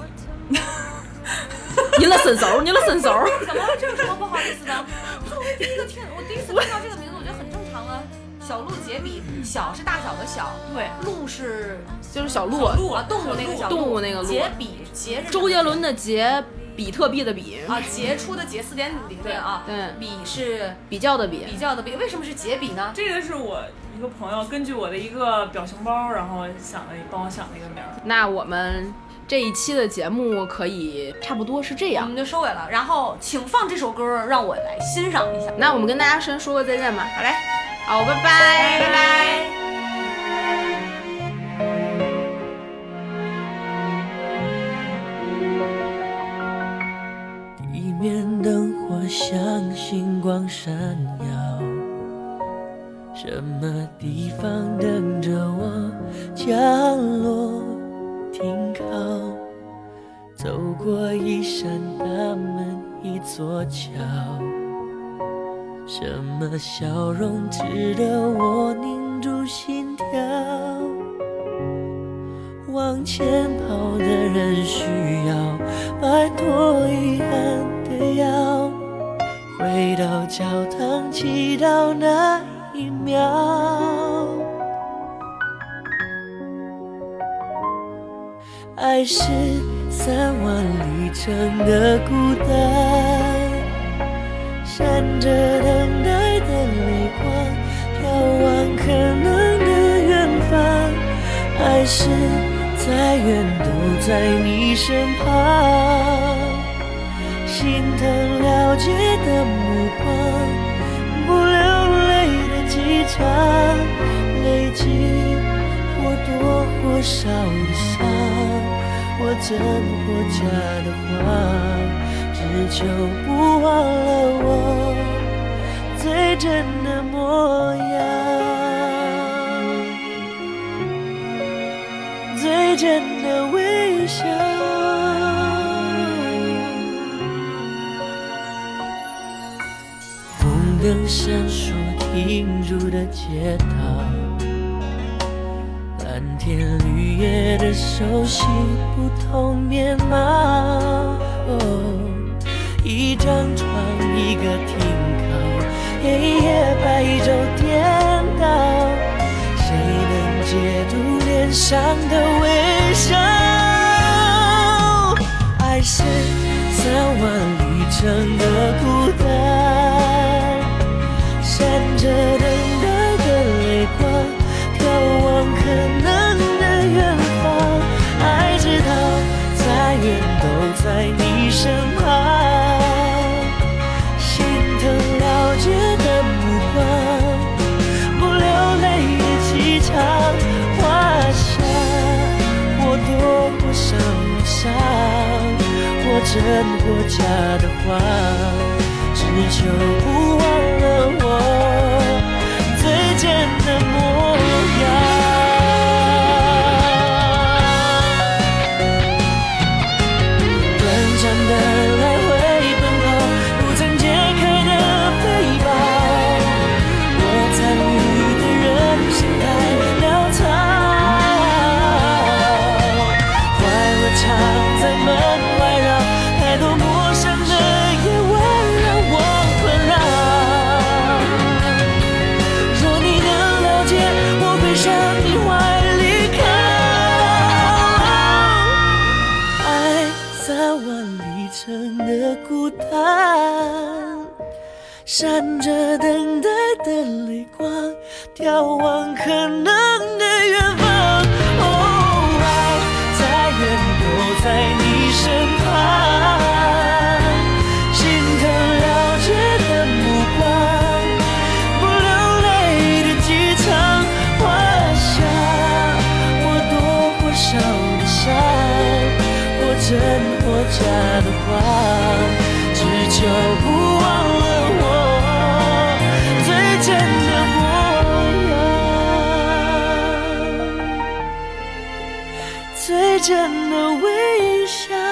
您了神手，您了神手。怎么了？这有什么不好意思的？我第一个听，我第一次听到这个名字，我觉得很正常啊。小鹿杰比，小是大小的小，对，鹿是 *laughs* 就是小鹿，小鹿啊动物那个小，动物那个鹿杰比杰是周杰伦的杰，比特币的比，啊，杰出的杰四点零对零啊，对比是比较的比。比较的比，为什么是杰比呢？这个是我一个朋友根据我的一个表情包，然后想的，帮我想的一个名儿。那我们这一期的节目可以差不多是这我样。们就收尾了，然后请放这首歌，让我来欣赏一下。那我们跟大家先说个再见吧。好嘞。好，拜拜，拜拜。一面灯火像星光闪耀，什么地方等着我降落停靠？走过一扇大门，一座桥，什么笑容值得我凝住心跳？往前跑的人需要摆脱遗憾的腰，回到教堂祈祷那一秒。爱是三万里程的孤单，闪着等待的泪光，眺望可能的远方。爱是再远都在你身旁，心疼了解的目光，不流泪的机场，累积或多或少的伤，或真或假的谎，只求不忘了我最真的模样。最真的微笑。红灯闪烁，停住的街道，蓝天绿叶的熟悉，不同面貌。哦一张床，一个停靠，黑夜白昼颠倒，谁能解读脸上的微笑？爱是三万里程的孤单，闪着等待的泪光，眺望可能的远方。爱知道，再远都在你身旁。心疼了解的目光，不流泪的气场，花香或多或少的伤，或真或假的谎，只求不忘了我最真的模样。短暂的来回闪着等待的泪光，眺望可能的远方。哦，爱再远都在你身旁，心疼了解的目光，不流泪的几场花香，或多或少的伤，或真或假的谎。只求不忘了我最真的模样，最真的微笑。啊